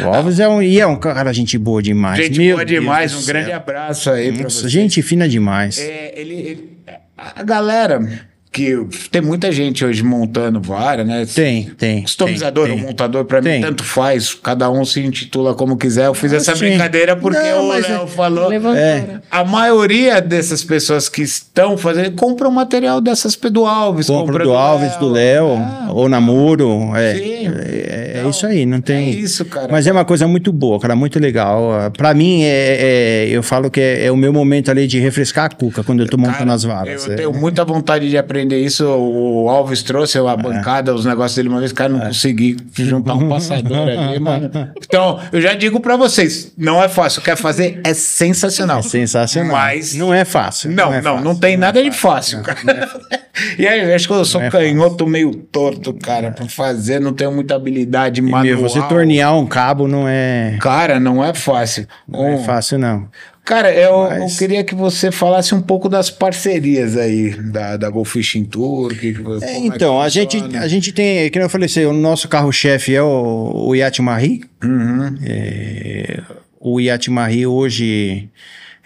Speaker 3: O Alves é um, e é um cara, gente boa demais.
Speaker 1: Gente
Speaker 3: Meu
Speaker 1: boa
Speaker 3: Deus
Speaker 1: demais.
Speaker 3: do
Speaker 1: Um
Speaker 3: céu.
Speaker 1: grande abraço aí pra
Speaker 3: Nossa,
Speaker 1: você.
Speaker 3: gente fina demais.
Speaker 1: É, ele, ele- a galera que tem muita gente hoje montando vara, né?
Speaker 3: Tem, tem.
Speaker 1: Customizador um
Speaker 3: tem,
Speaker 1: ou
Speaker 3: tem.
Speaker 1: montador, pra mim,
Speaker 3: Tem.
Speaker 1: tanto faz. Cada um se intitula como quiser. Eu fiz essa
Speaker 3: sim.
Speaker 1: brincadeira porque
Speaker 3: Não,
Speaker 1: o
Speaker 3: mas
Speaker 1: Léo
Speaker 3: é-
Speaker 1: falou.
Speaker 2: Levantaram.
Speaker 1: A maioria dessas pessoas que estão fazendo compram material dessas do Alves.
Speaker 3: Compra do Alves, do Léo, ou namoro. É,
Speaker 1: Sim.
Speaker 3: é, É isso aí, não tem.
Speaker 1: É isso, cara.
Speaker 3: Mas é uma coisa muito boa, cara, muito legal. Ah, Pra mim, é, é- eu falo que é, é o meu momento ali de refrescar a cuca quando eu tô montando
Speaker 1: Cara,
Speaker 3: as varas.
Speaker 1: Eu
Speaker 3: é.
Speaker 1: tenho muita vontade de aprender isso. O Alves trouxe a bancada, os negócios dele uma vez, cara, não consegui juntar um passador ali, mano. Então, eu já digo pra vocês, não é fácil. Quer fazer é sensacional.
Speaker 3: Sensacional.
Speaker 1: Mas
Speaker 3: Não é fácil.
Speaker 1: não,
Speaker 3: é
Speaker 1: não, não,
Speaker 3: fácil.
Speaker 1: tem nada de fácil, cara. E aí, eu acho que eu sou
Speaker 3: é
Speaker 1: canhoto meio torto, cara, pra fazer, não tenho muita habilidade
Speaker 3: E,
Speaker 1: manual.
Speaker 3: meu, você tornear um cabo não é,
Speaker 1: Cara, não é fácil.
Speaker 3: não é
Speaker 1: Um-
Speaker 3: fácil, não.
Speaker 1: Cara, eu, eu
Speaker 3: Mas-
Speaker 1: queria que você falasse um pouco das parcerias aí da, da Golfishing Tour. Que, que- como é
Speaker 3: É,
Speaker 1: que
Speaker 3: então, a gente,
Speaker 1: funciona.
Speaker 3: a gente tem, que nem eu falei, assim, o nosso carro-chefe é o, o Yacht Marie.
Speaker 1: Uhum.
Speaker 3: É, o Yacht Marie hoje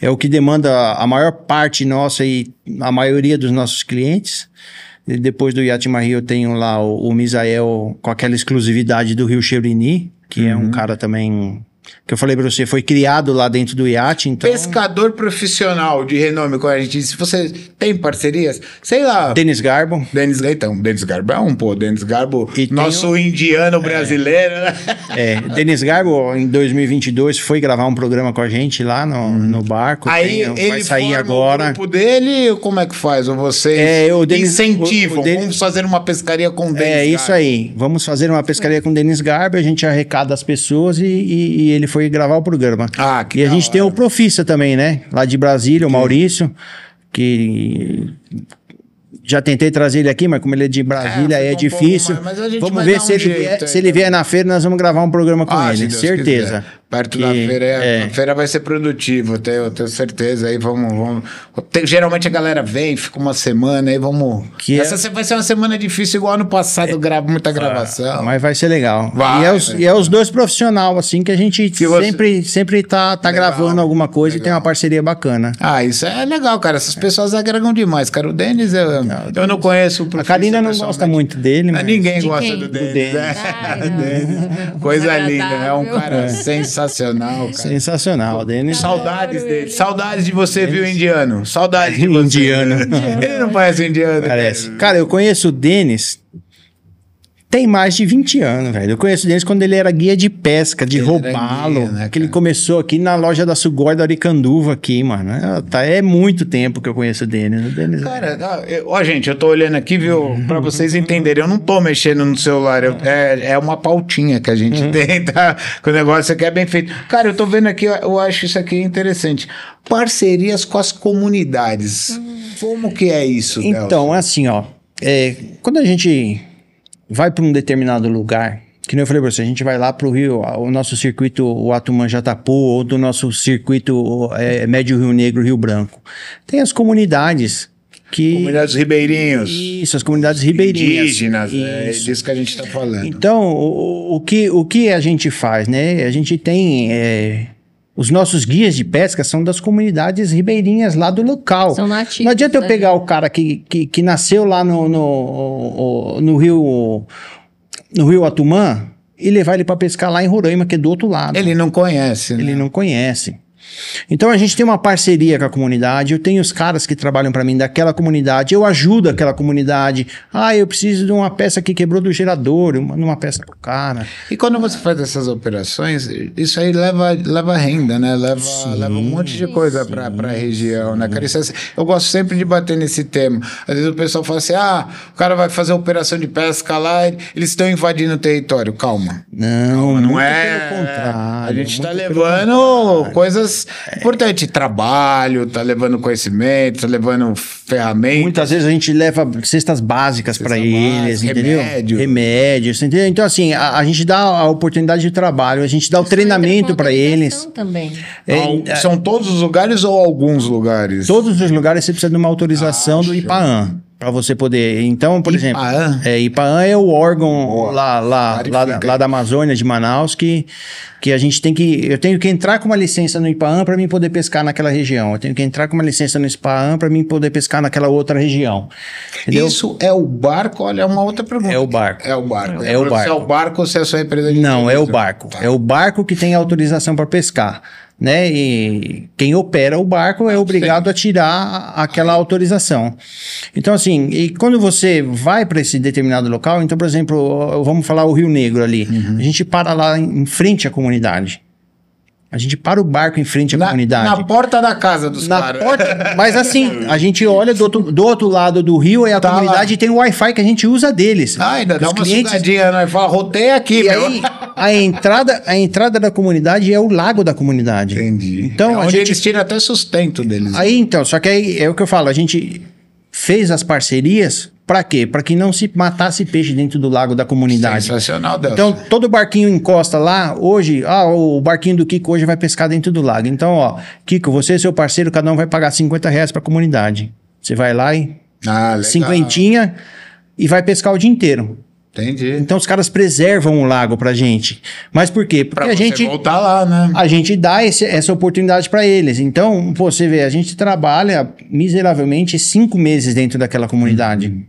Speaker 3: é o que demanda a maior parte nossa e a maioria dos nossos clientes. E depois do Yacht Marie eu tenho lá o, o Misael com aquela exclusividade do Rio Chevrini, que é um
Speaker 1: Uhum.
Speaker 3: cara também que eu falei pra você, foi criado lá dentro do iate, então...
Speaker 1: Pescador profissional de renome, como a gente disse, você tem parcerias? Sei lá.
Speaker 3: Denis Garbo.
Speaker 1: Denis Leitão, Denis Garbo é um, pô, Denis Garbo,
Speaker 3: E tem um-
Speaker 1: nosso indiano brasileiro, né?
Speaker 3: É, Denis Garbo, em 2022, foi gravar um programa com a gente lá no, no barco.
Speaker 1: Uhum. Aí
Speaker 3: Tem-
Speaker 1: ele
Speaker 3: vai sair
Speaker 1: forma o
Speaker 3: agora.
Speaker 1: grupo dele, como é que faz? Ou vocês
Speaker 3: É, o Denis-
Speaker 1: incentivam?
Speaker 3: o- o Denis-
Speaker 1: Vamos fazer uma pescaria com o Denis
Speaker 3: É isso
Speaker 1: Garbo.
Speaker 3: aí. Vamos fazer uma pescaria com o Denis Garbo, a gente arrecada as pessoas e, e- e ele foi gravar o programa.
Speaker 1: Ah, que
Speaker 3: e a
Speaker 1: da
Speaker 3: gente tem
Speaker 1: hora.
Speaker 3: o Profissa também, né? Lá de Brasília, o Maurício, que já tentei trazer ele aqui, mas como ele é de Brasília,
Speaker 1: É,
Speaker 3: é,
Speaker 1: ficou um
Speaker 3: difícil.
Speaker 1: pouco mais, mas a gente
Speaker 3: vamos
Speaker 1: vai
Speaker 3: ver
Speaker 1: dar
Speaker 3: se,
Speaker 1: um
Speaker 3: ele
Speaker 1: jeito
Speaker 3: vier,
Speaker 1: aí,
Speaker 3: se ele
Speaker 1: né?
Speaker 3: vier na feira, nós vamos gravar um programa com
Speaker 1: Ah, se
Speaker 3: ele,
Speaker 1: Deus
Speaker 3: certeza.
Speaker 1: quiser. Perto da
Speaker 3: Que-
Speaker 1: feira, é- a feira vai ser produtiva, eu tenho, eu tenho certeza. Aí vamos. vamos. Tem- geralmente a galera vem, fica uma semana, aí vamos.
Speaker 3: Que é. Ah,
Speaker 1: Essa se- vai ser uma semana difícil, igual ano passado, gra- muita gravação.
Speaker 3: Mas vai ser legal.
Speaker 1: Vai,
Speaker 3: e, é os,
Speaker 1: vai.
Speaker 3: e é os dois profissionais, assim, que a gente
Speaker 1: Que você-
Speaker 3: sempre, sempre tá, tá
Speaker 1: Legal,
Speaker 3: gravando alguma coisa e tem uma parceria bacana.
Speaker 1: Ah, isso é legal, cara. Essas pessoas agregam demais, cara. O Denis, eu não, eu não conheço o
Speaker 3: A
Speaker 1: professor
Speaker 3: Karina não gosta
Speaker 1: pessoalmente.
Speaker 3: muito dele, mas...
Speaker 1: É Ninguém
Speaker 2: De
Speaker 1: gosta
Speaker 2: quem?
Speaker 1: do
Speaker 2: Do
Speaker 1: Denis.
Speaker 3: Denis.
Speaker 1: né?
Speaker 2: Ai, não.
Speaker 1: Denis. Né? Coisa linda. É um cara
Speaker 2: Agradável.
Speaker 1: sensacional, cara.
Speaker 3: é Sensacional, o Denis.
Speaker 1: Saudades
Speaker 2: Adoro
Speaker 1: dele.
Speaker 2: ele.
Speaker 1: Saudades de você, viu, indiano? Saudades de você.
Speaker 3: Indiano.
Speaker 1: Ele não parece indiano.
Speaker 3: Parece. Cara, eu conheço o Denis tem mais de 20 anos, velho. Eu conheço o Denis quando ele era guia de pesca, de
Speaker 1: Ele era guia,
Speaker 3: roubá-lo.
Speaker 1: né,
Speaker 3: que ele
Speaker 1: cara?
Speaker 3: começou aqui na loja da Sugoi da Aricanduva aqui, mano. É, tá- É muito tempo que eu conheço o Denis. O Denis é-
Speaker 1: Cara, ah, eu- ó, gente, eu tô olhando aqui, viu? Pra vocês entenderem, eu não tô mexendo no celular. eu- é, é uma pautinha que a gente tem, tá? Que o negócio aqui é bem feito. Cara, eu tô vendo aqui, eu, eu acho isso aqui interessante. Parcerias com as comunidades. Como que é isso, Delcio?
Speaker 3: Uhum. Então, é assim, ó. é, quando a gente vai para um determinado lugar, que nem eu falei pra você, a gente vai lá pro Rio, a- o nosso circuito, o Atuman Jatapu, ou do nosso circuito é, Médio Rio Negro, Rio Branco. Tem as comunidades que.
Speaker 1: Comunidades ribeirinhos,
Speaker 3: Isso, as comunidades ribeirinhas.
Speaker 1: indígenas, é
Speaker 3: Isso.
Speaker 1: disso que a gente tá falando.
Speaker 3: Então, o, o- o que, o que a gente faz, né? A gente tem. é, os nossos guias de pesca são das comunidades ribeirinhas lá do local.
Speaker 2: São nativos.
Speaker 3: Não adianta eu
Speaker 2: né?
Speaker 3: pegar o cara que, que, que nasceu lá no, no, no rio no rio Atumã e levar ele para pescar lá em Roraima, que é do outro lado.
Speaker 1: Ele não conhece, né?
Speaker 3: Ele não conhece. Então a gente tem uma parceria com a comunidade, eu tenho os caras que trabalham para mim daquela comunidade, eu ajudo aquela comunidade. Ah, eu preciso de uma peça que quebrou do gerador, eu mando uma peça pro cara.
Speaker 1: E quando você faz essas operações, isso aí leva, leva renda, né? Leva, leva um monte de coisa para a região, né? Cara, isso é- eu gosto sempre de bater nesse tema. Às vezes o pessoal fala assim: ah, o cara vai fazer operação de pesca lá, e eles estão invadindo o território. Calma.
Speaker 3: Não,
Speaker 1: Não
Speaker 3: muito
Speaker 1: é.
Speaker 3: pelo contrário.
Speaker 1: a gente está
Speaker 3: muito pelo É.
Speaker 1: levando coisas importantes, trabalho, está levando conhecimento, está levando ferramentas.
Speaker 3: Muitas vezes a gente leva cestas básicas para eles,
Speaker 1: básica,
Speaker 3: entendeu?
Speaker 1: remédio.
Speaker 3: Remédios, entendeu? Então, assim, a, a gente dá a oportunidade de trabalho, a gente dá o treinamento para eles.
Speaker 2: Também.
Speaker 3: É,
Speaker 1: Al- São todos os lugares ou alguns lugares?
Speaker 3: todos os lugares você precisa de uma autorização do IPAAN para você poder. Então, por
Speaker 1: IPAAN?
Speaker 3: exemplo, é, IPAAN é o órgão lá, lá, lá,
Speaker 1: clarifica.
Speaker 3: lá da Amazônia, de Manaus, que, que a gente tem que. Eu tenho que entrar com uma licença no IPAAN para mim poder pescar naquela região. Eu tenho que entrar com uma licença no IPAAN para mim poder pescar naquela outra região. Entendeu?
Speaker 1: Isso é o barco? Olha, é uma outra pergunta.
Speaker 3: É o barco.
Speaker 1: É o barco.
Speaker 3: É o
Speaker 1: Se é
Speaker 3: barco.
Speaker 1: o barco ou se é a sua empresa de
Speaker 3: Não, é o
Speaker 1: turismo.
Speaker 3: barco.
Speaker 1: Tá.
Speaker 3: É o barco que tem autorização para pescar. né? E quem opera o barco
Speaker 1: Ah,
Speaker 3: é obrigado a tirar aquela autorização. Então, assim, e quando você vai para esse determinado local, então, por exemplo, vamos falar o Rio Negro ali,
Speaker 1: Uhum.
Speaker 3: a gente para lá em frente à comunidade. A gente para o barco em frente à
Speaker 1: Na,
Speaker 3: comunidade.
Speaker 1: na porta da casa dos
Speaker 3: tipo Na
Speaker 1: caras.
Speaker 3: porta- mas assim, a gente olha do outro, do outro lado do rio e a
Speaker 1: Tá lá.
Speaker 3: comunidade tem o Wi-Fi que a gente usa deles.
Speaker 1: Ah, ainda
Speaker 3: Porque
Speaker 1: dá
Speaker 3: os
Speaker 1: uma
Speaker 3: clientes-
Speaker 1: sugadinha, né? Fala, rotei aqui,
Speaker 3: E
Speaker 1: meu.
Speaker 3: aí, a entrada, a entrada da comunidade é o lago da comunidade.
Speaker 1: Entendi.
Speaker 3: Então,
Speaker 1: É
Speaker 3: a
Speaker 1: onde
Speaker 3: gente-
Speaker 1: eles tiram até sustento deles.
Speaker 3: Aí então, só que aí é o que eu falo, a gente fez as parcerias pra quê? Pra que não se matasse peixe dentro do lago da comunidade.
Speaker 1: É Sensacional, Deus.
Speaker 3: Então, todo barquinho encosta lá, hoje, ah, o barquinho do Kiko hoje vai pescar dentro do lago. Então, ó, Kiko, você e seu parceiro, cada um vai pagar 50 reais pra comunidade. Você vai lá e
Speaker 1: ah, legal.
Speaker 3: cinquentinha e vai pescar o dia inteiro.
Speaker 1: Entendi.
Speaker 3: Então os caras preservam o lago pra gente. Mas por quê? Porque
Speaker 1: Pra
Speaker 3: a
Speaker 1: você
Speaker 3: gente
Speaker 1: voltar lá, né?
Speaker 3: a gente dá esse- essa oportunidade pra eles. Então, pô, você vê, a gente trabalha miseravelmente cinco meses dentro daquela comunidade.
Speaker 1: Uhum.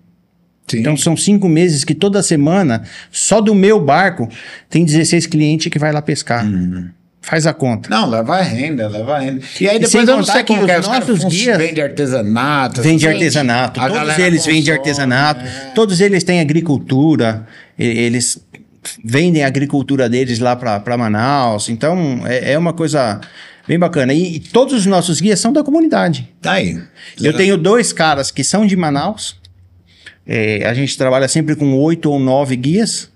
Speaker 1: Sim.
Speaker 3: Então são cinco meses que toda semana, só do meu barco, tem 16 clientes que vai lá pescar.
Speaker 1: Uhum.
Speaker 3: Faz a conta.
Speaker 1: Não, leva renda, leva renda. E aí
Speaker 3: E
Speaker 1: depois
Speaker 3: sem
Speaker 1: eu não
Speaker 3: contar
Speaker 1: sei
Speaker 3: que
Speaker 1: como que é.
Speaker 3: os
Speaker 1: Os caras
Speaker 3: nossos
Speaker 1: fun-
Speaker 3: guias-
Speaker 1: vendem artesanato.
Speaker 3: Vende
Speaker 1: essas-
Speaker 3: artesanato.
Speaker 1: A
Speaker 3: Todos
Speaker 1: galera né?
Speaker 3: eles vendem
Speaker 1: consome,
Speaker 3: artesanato. Todos eles têm agricultura. e- Eles vendem a agricultura deles lá para Manaus. Então, é, é uma coisa bem bacana. E, e todos os nossos guias são da comunidade.
Speaker 1: Tá aí.
Speaker 3: Eu tenho dois caras que são de Manaus. É, a gente trabalha sempre com oito ou nove guias.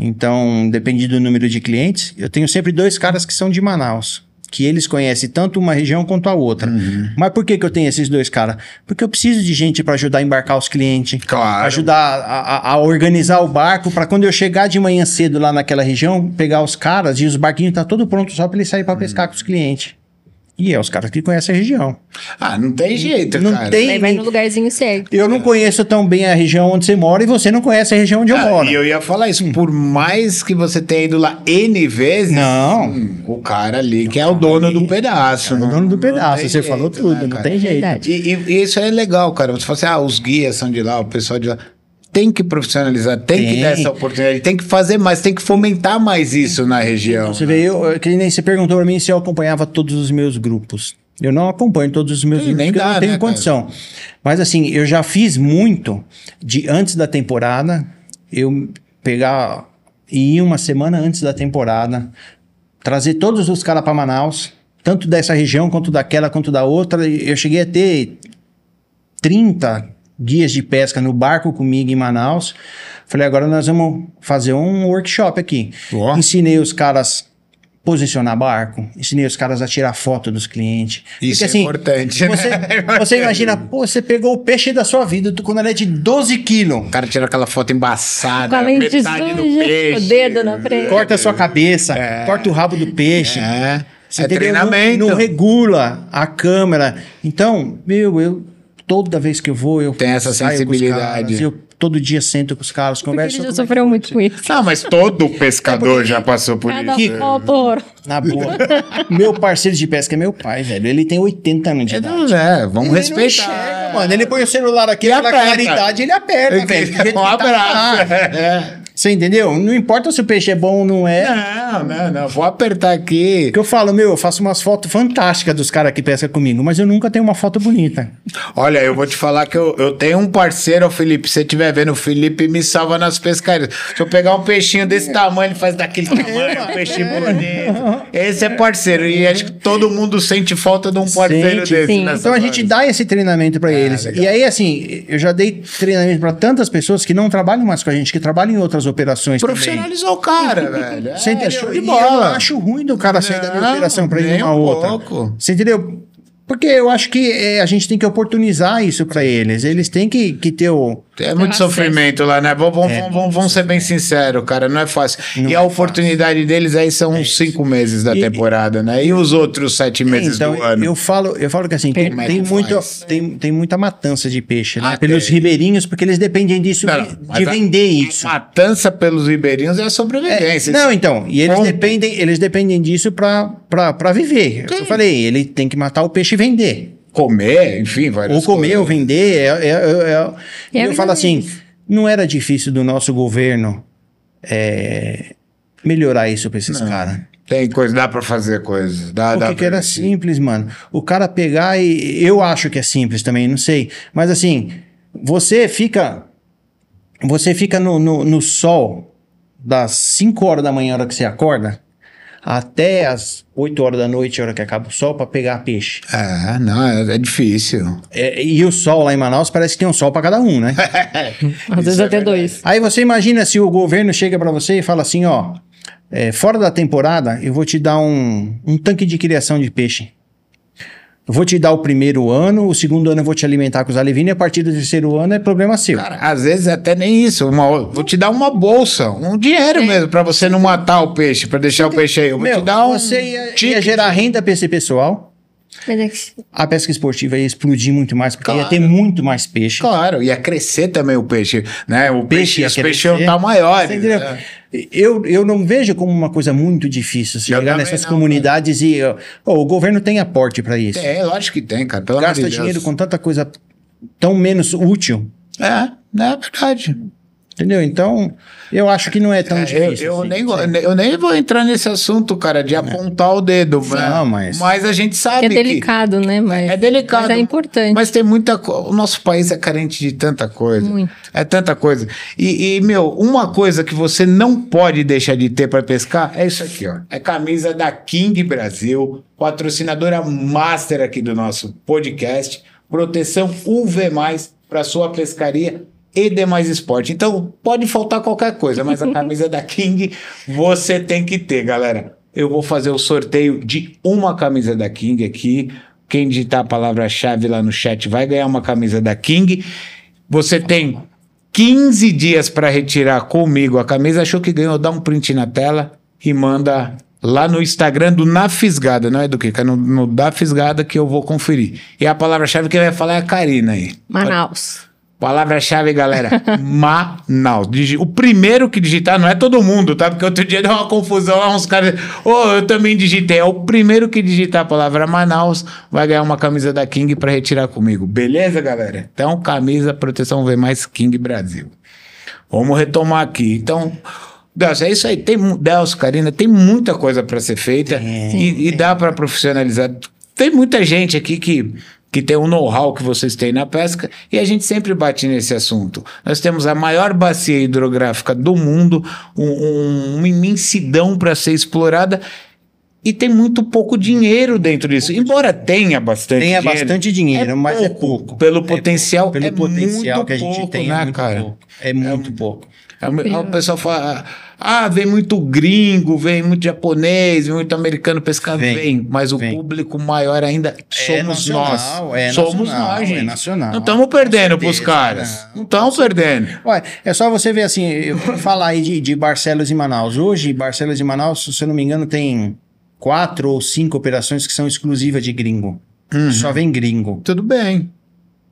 Speaker 3: Então, depende do número de clientes. Eu tenho sempre dois caras que são de Manaus. Que eles conhecem tanto uma região quanto a outra. Mas por que, que eu tenho esses dois caras? Porque eu preciso de gente para ajudar a embarcar os clientes.
Speaker 1: Claro.
Speaker 3: Ajudar a, a- a organizar o barco. para quando eu chegar de manhã cedo lá naquela região, pegar os caras e os barquinhos tá todo pronto só para eles saírem para pescar com os clientes. E é os caras que conhecem a região.
Speaker 1: Ah, não tem jeito,
Speaker 3: Não
Speaker 1: cara.
Speaker 3: tem.
Speaker 2: Aí vai no lugarzinho certo.
Speaker 3: Eu
Speaker 1: É.
Speaker 3: não conheço tão bem a região onde você mora e você não conhece a região onde eu
Speaker 1: Ah,
Speaker 3: moro.
Speaker 1: e eu ia falar isso, por mais que você tenha ido lá N vezes,
Speaker 3: Não.
Speaker 1: hum, o cara ali que é o dono do pedaço.
Speaker 3: É o
Speaker 1: né?
Speaker 3: dono do
Speaker 1: Não
Speaker 3: pedaço,
Speaker 1: tem
Speaker 3: você
Speaker 1: jeito,
Speaker 3: falou tudo,
Speaker 1: né,
Speaker 3: não
Speaker 1: cara?
Speaker 3: tem jeito.
Speaker 2: é Verdade.
Speaker 1: E, e- e isso é legal, cara. Você fala assim, ah, os guias são de lá, o pessoal de lá. Tem que profissionalizar, tem, que
Speaker 3: Tem.
Speaker 1: dar essa oportunidade, tem que fazer mais, tem que fomentar mais isso na região.
Speaker 3: Então, Você vê, eu, eu- que nem você perguntou pra mim se eu acompanhava todos os meus grupos. Eu não acompanho todos os meus
Speaker 1: Sim,
Speaker 3: grupos,
Speaker 1: nem
Speaker 3: porque eu
Speaker 1: dá,
Speaker 3: não tenho
Speaker 1: né, cara?
Speaker 3: condição. Mas assim, eu já fiz muito de antes da temporada, eu pegar e ir uma semana antes da temporada, trazer todos os caras pra Manaus, tanto dessa região quanto daquela, quanto da outra. e Eu cheguei a ter 30 guias de pesca no barco comigo em Manaus. Falei, agora nós vamos fazer um workshop aqui.
Speaker 1: Ó.
Speaker 3: Ensinei os caras posicionar barco, ensinei os caras a tirar foto dos clientes.
Speaker 1: Isso
Speaker 3: Porque,
Speaker 1: é importante, né?
Speaker 3: Você,
Speaker 1: É importante.
Speaker 3: você imagina, pô, você pegou o peixe da sua vida tu- quando ele é de 12 quilos.
Speaker 1: O cara tira aquela foto embaçada,
Speaker 2: Com a lente
Speaker 1: Né? metade do
Speaker 2: suja,
Speaker 1: peixe.
Speaker 2: o dedo na frente.
Speaker 3: Corta a sua cabeça, corta o rabo do peixe.
Speaker 1: É,
Speaker 3: Você
Speaker 1: é
Speaker 3: entendeu?
Speaker 1: treinamento.
Speaker 3: Não, não regula a câmera. Então, meu, eu toda vez que eu vou, eu
Speaker 1: Tem essa
Speaker 3: saio com os
Speaker 1: sensibilidade.
Speaker 3: caras, eu todo dia sento com os caras,
Speaker 2: Porque ele
Speaker 3: converso
Speaker 2: já
Speaker 3: como é que
Speaker 2: sofreu muito com isso.
Speaker 1: Ah, mas
Speaker 3: É
Speaker 1: todo pescador já passou por
Speaker 2: Cada
Speaker 1: isso.
Speaker 2: pau, touro.
Speaker 3: Na boa. meu parceiro de pesca é meu pai, velho. Ele tem 80 anos de idade.
Speaker 1: Então, é, vamos
Speaker 3: Ele não
Speaker 1: respeitar.
Speaker 3: enxerga, mano. Ele põe o celular aqui,
Speaker 1: E
Speaker 3: pela
Speaker 1: aperta.
Speaker 3: claridade, ele aperta, velho. Ele
Speaker 1: Um
Speaker 3: tá lá.
Speaker 1: abraço. É.
Speaker 3: Você entendeu? Não importa se o peixe é bom ou não é.
Speaker 1: Não, não, não. Vou apertar aqui.
Speaker 3: O que eu falo, meu, eu faço umas fotos fantásticas dos caras que pescam comigo, mas eu nunca tenho uma foto bonita.
Speaker 1: Olha, eu vou te falar que eu, eu tenho um parceiro, o Felipe. Se você estiver vendo, o Felipe me salva nas pescarias. Se eu pegar um peixinho
Speaker 3: É.
Speaker 1: desse tamanho, ele faz daquele tamanho, um peixinho bonito. Esse é parceiro. E acho que todo mundo sente falta de um parceiro
Speaker 3: Sente.
Speaker 1: desse.
Speaker 2: Sim.
Speaker 1: nessa
Speaker 3: Então a gente
Speaker 1: hora.
Speaker 3: dá esse treinamento pra eles.
Speaker 1: legal.
Speaker 3: E aí, assim, eu já dei treinamento pra tantas pessoas que não trabalham mais com a gente, que trabalham em outras operações também.
Speaker 1: Profissionalizou o cara, velho.
Speaker 3: Você
Speaker 1: é,
Speaker 3: entendeu?
Speaker 1: show
Speaker 3: E
Speaker 1: de
Speaker 3: Eu não
Speaker 1: bola.
Speaker 3: acho ruim do cara sair da minha
Speaker 1: Não,
Speaker 3: operação para
Speaker 1: nem
Speaker 3: ir numa
Speaker 1: um
Speaker 3: outra.
Speaker 1: pouco.
Speaker 3: Você entendeu? Porque eu acho que eh, a gente tem que oportunizar isso para eles. Eles têm que, que ter o.
Speaker 1: É muito
Speaker 2: acesso.
Speaker 1: sofrimento lá, né? Vamos, vamos,
Speaker 3: É.
Speaker 1: vamos, vamos ser bem sinceros, cara. Não é fácil. e a oportunidade deles aí são
Speaker 3: É
Speaker 1: uns cinco meses da temporada, né? E os outros sete meses
Speaker 3: Então,
Speaker 1: do ano?
Speaker 3: eu falo, eu falo que assim, tem,
Speaker 1: Como é que
Speaker 3: tem, muito-
Speaker 1: faz?
Speaker 3: tem, tem muita matança de peixe, né?
Speaker 1: Ah,
Speaker 3: Pelos
Speaker 1: tem.
Speaker 3: ribeirinhos, porque eles dependem disso,
Speaker 1: Não,
Speaker 3: de-
Speaker 1: mas
Speaker 3: de
Speaker 1: a-
Speaker 3: vender isso.
Speaker 1: A matança pelos ribeirinhos é a
Speaker 3: É,
Speaker 1: sobrevivência.
Speaker 3: não, então, e eles
Speaker 1: Ponto.
Speaker 3: dependem, eles dependem disso para viver. É Eu falei, ele tem que matar o peixe e vender.
Speaker 1: Comer, enfim, várias
Speaker 3: Ou comer ou
Speaker 1: coisas.
Speaker 3: vender. É, é- é- é-
Speaker 2: É
Speaker 3: eu
Speaker 2: verdade.
Speaker 3: falo assim, não era difícil do nosso governo é, melhorar isso para esses caras.
Speaker 1: Tem coisa, dá pra fazer coisas. Dá, dá
Speaker 3: Porque assim. que
Speaker 1: pra-
Speaker 3: era simples, mano. O cara pegar e. Eu acho que é simples também, não sei. Mas assim, você fica. Você fica no, no, no sol das 5 horas da manhã, a hora que você acorda, até as 8 horas da noite, a hora que acaba o sol, pra pegar peixe.
Speaker 1: É, não, é, é difícil.
Speaker 3: É, e o sol lá em Manaus parece que tem um sol pra cada um, né?
Speaker 2: Às vezes
Speaker 1: é
Speaker 2: até dois.
Speaker 3: Aí você imagina se o governo chega pra você e fala assim: ó, é, fora da temporada, eu vou te dar um, um tanque de criação de peixe. Eu vou te dar o primeiro ano, o segundo ano eu vou te alimentar com os alevinos, e a partir do terceiro ano é problema seu.
Speaker 1: Cara, às vezes até nem isso. Uma, vou te dar uma bolsa, um dinheiro mesmo, pra você não matar o peixe, pra deixar o peixe aí. Eu vou
Speaker 3: É. Meu,
Speaker 1: te dar um.
Speaker 3: você ia, ia
Speaker 1: ticket.
Speaker 3: gerar renda pra esse pessoal,
Speaker 2: Mas é que-
Speaker 3: a pesca esportiva ia explodir muito mais, porque ia
Speaker 1: Claro.
Speaker 3: ter muito mais peixe.
Speaker 1: Claro, ia crescer também o peixe, né? O
Speaker 3: Peixe
Speaker 1: peixe,
Speaker 3: ia
Speaker 1: os peixes
Speaker 3: crescer.
Speaker 1: iam estar maiores.
Speaker 3: Você entendeu?
Speaker 1: né?
Speaker 3: Eu, eu não vejo como uma coisa muito difícil se
Speaker 1: Eu
Speaker 3: chegar
Speaker 1: também
Speaker 3: nessas
Speaker 1: não,
Speaker 3: comunidades e. ó, ó, o governo tem aporte pra isso.
Speaker 1: É, lógico que tem, cara. Pelo
Speaker 3: gasta
Speaker 1: amor de Deus.
Speaker 3: dinheiro com tanta coisa tão menos útil,
Speaker 1: É, né, é verdade.
Speaker 3: entendeu? Então, eu acho que não é tão
Speaker 1: É, eu,
Speaker 3: difícil.
Speaker 1: eu
Speaker 3: assim.
Speaker 1: nem, go- eu nem vou entrar nesse assunto, cara, de apontar o dedo.
Speaker 3: Não,
Speaker 1: né?
Speaker 3: mas-
Speaker 1: a gente
Speaker 2: que
Speaker 1: sabe
Speaker 2: é
Speaker 1: que...
Speaker 2: delicado, né? Mas,
Speaker 1: É delicado.
Speaker 2: Mas é importante.
Speaker 1: Mas tem muita coisa. O nosso país é carente de tanta coisa.
Speaker 2: Muito.
Speaker 1: É tanta coisa. E, e, meu, uma coisa que você não pode deixar de ter para pescar é isso aqui, ó. É camisa da King Brasil, patrocinadora master aqui do nosso podcast. Proteção UV, para sua pescaria e demais esporte. Então, pode faltar qualquer coisa, mas a camisa da King você tem que ter, galera. Eu vou fazer o sorteio de uma camisa da King aqui. Quem digitar a palavra-chave lá no chat vai ganhar uma camisa da King. Você tem 15 dias para retirar comigo a camisa. Achou que ganhou? Dá um print na tela e manda lá no Instagram do Na Fisgada, não é do que? No, no Da Fisgada que eu vou conferir. E a palavra-chave que vai falar é a Karina aí.
Speaker 2: Manaus.
Speaker 1: Palavra-chave, galera. Manaus. Digi- O primeiro que digitar, não é todo mundo, tá? Porque outro dia deu uma confusão lá, uns caras. Ô, eu também digitei. É o primeiro que digitar a palavra Manaus vai ganhar uma camisa da King pra retirar comigo. Beleza, galera? Então, camisa Proteção V mais King Brasil. Vamos retomar aqui. Então, Delcio, é isso aí. Tem, mu- Delcio, Karina, tem muita coisa para ser feita e, e dá para profissionalizar. Tem muita gente aqui que, que tem o know-how que vocês têm na pesca e a gente sempre bate nesse assunto. Nós temos a maior bacia hidrográfica do mundo, um- um- uma imensidão para ser explorada. E tem muito pouco dinheiro dentro disso. Embora tenha bastante
Speaker 3: Tenha
Speaker 1: dinheiro,
Speaker 3: é bastante dinheiro, mas é pouco.
Speaker 1: Pelo
Speaker 3: É pouco.
Speaker 1: potencial,
Speaker 3: Pelo
Speaker 1: é
Speaker 3: potencial
Speaker 1: muito
Speaker 3: que a gente
Speaker 1: pouco,
Speaker 3: tem, é
Speaker 1: né,
Speaker 3: muito
Speaker 1: cara?
Speaker 3: pouco. É muito pouco.
Speaker 1: É, O o pessoal fala, ah, vem muito gringo, vem muito japonês, vem muito americano pescando.
Speaker 3: Vem,
Speaker 1: Vem, mas o
Speaker 3: vem. É
Speaker 1: público maior ainda somos
Speaker 3: nacional,
Speaker 1: nós.
Speaker 3: é
Speaker 1: somos
Speaker 3: nacional,
Speaker 1: nós, gente.
Speaker 3: é nacional.
Speaker 1: Não estamos perdendo pros
Speaker 3: certeza, né?
Speaker 1: caras.
Speaker 3: não.
Speaker 1: Não estamos perdendo.
Speaker 3: Ué, é só você ver assim, eu vou falar aí de, de Barcelos e Manaus. Hoje, Barcelos e Manaus, se eu não me engano, tem quatro ou cinco operações que são exclusivas de gringo.
Speaker 1: Uhum.
Speaker 3: Só vem gringo.
Speaker 1: Tudo bem.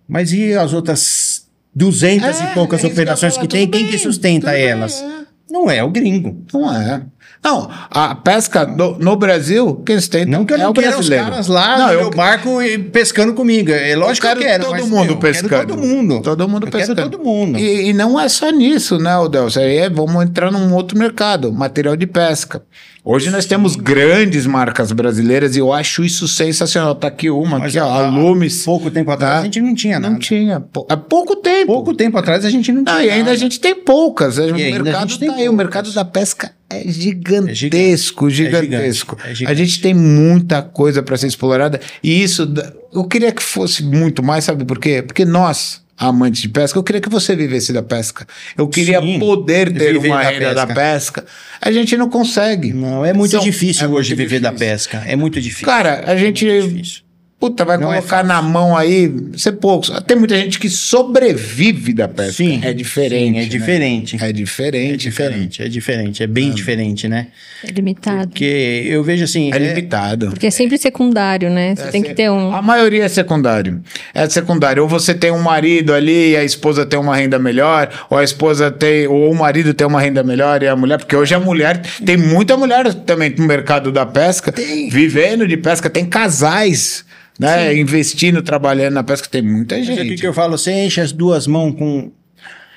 Speaker 3: Mas e as outras duzentas
Speaker 1: É,
Speaker 3: e poucas
Speaker 1: é isso que eu ia
Speaker 3: operações que
Speaker 1: falar,
Speaker 3: tem?
Speaker 1: tudo
Speaker 3: Quem
Speaker 1: bem,
Speaker 3: que sustenta
Speaker 1: tudo bem,
Speaker 3: elas?
Speaker 1: é.
Speaker 3: Não é o gringo.
Speaker 1: Não é. Não, a pesca do- no Brasil, quem sustenta
Speaker 3: Não que eu
Speaker 1: é
Speaker 3: não
Speaker 1: o
Speaker 3: quero os
Speaker 1: brasileiro.
Speaker 3: caras lá
Speaker 1: não,
Speaker 3: no
Speaker 1: eu
Speaker 3: meu barco e pescando comigo. É lógico
Speaker 1: eu
Speaker 3: que eu quero.
Speaker 1: todo
Speaker 3: mas,
Speaker 1: mundo
Speaker 3: meu, eu quero
Speaker 1: pescando.
Speaker 3: todo mundo.
Speaker 1: Todo mundo
Speaker 3: Eu quero
Speaker 1: pescando.
Speaker 3: todo mundo.
Speaker 1: E, e não é só nisso, né, Odelso? Aí é- vamos entrar num outro mercado, material de pesca. Hoje nós temos grandes marcas brasileiras e eu acho isso sensacional. Tá aqui uma,
Speaker 3: Mas
Speaker 1: aqui, ó,
Speaker 3: há-
Speaker 1: a Lumes.
Speaker 3: Pouco tempo atrás
Speaker 1: Tá?
Speaker 3: a gente não tinha nada.
Speaker 1: Não tinha. pou- Há pouco tempo.
Speaker 3: Pouco tempo atrás a gente não tinha
Speaker 1: Não, e ainda
Speaker 3: nada.
Speaker 1: a gente tem poucas. o
Speaker 3: ainda a gente
Speaker 1: mercado
Speaker 3: tem
Speaker 1: tá aí. O
Speaker 3: poucas.
Speaker 1: mercado da pesca é gigantesco,
Speaker 3: gigante,
Speaker 1: gigantesco.
Speaker 3: é gigante.
Speaker 1: A gente tem muita coisa para ser explorada e isso da- eu queria que fosse muito mais, sabe por quê? Porque nós amantes de pesca, eu queria que você vivesse da pesca. Eu queria
Speaker 3: Sim,
Speaker 1: poder ter
Speaker 3: viver
Speaker 1: uma
Speaker 3: da
Speaker 1: renda da
Speaker 3: pesca.
Speaker 1: pesca. A gente não consegue.
Speaker 3: Não, é muito
Speaker 1: São-
Speaker 3: difícil
Speaker 1: é
Speaker 3: hoje
Speaker 1: muito
Speaker 3: viver da
Speaker 1: difícil.
Speaker 3: pesca. É muito difícil.
Speaker 1: Cara, a
Speaker 3: é muito
Speaker 1: gente
Speaker 3: difícil.
Speaker 1: puta vai
Speaker 3: Não é
Speaker 1: colocar na mão aí, ser poucos. Tem muita gente que sobrevive da pesca.
Speaker 3: Sim,
Speaker 1: é diferente.
Speaker 3: sim, é
Speaker 1: né?
Speaker 3: diferente.
Speaker 1: É diferente,
Speaker 3: É diferente, é diferente, é bem diferente, né?
Speaker 2: É limitado.
Speaker 3: Porque eu vejo assim,
Speaker 1: É
Speaker 3: é-
Speaker 1: limitado.
Speaker 2: Porque é sempre secundário, né? Você
Speaker 1: É
Speaker 2: tem
Speaker 1: se-
Speaker 2: que ter um.
Speaker 1: A maioria é secundário. É secundário. Ou você tem um marido ali e a esposa tem uma renda melhor, ou a esposa tem. Ou o marido tem uma renda melhor e a mulher. Porque hoje a mulher. Tem muita mulher também no mercado da pesca. Vivendo de pesca. Tem casais, né? Investindo, trabalhando na pesca. Tem muita
Speaker 3: Mas é o que
Speaker 1: gente.
Speaker 3: que eu falo, você enche as duas mãos com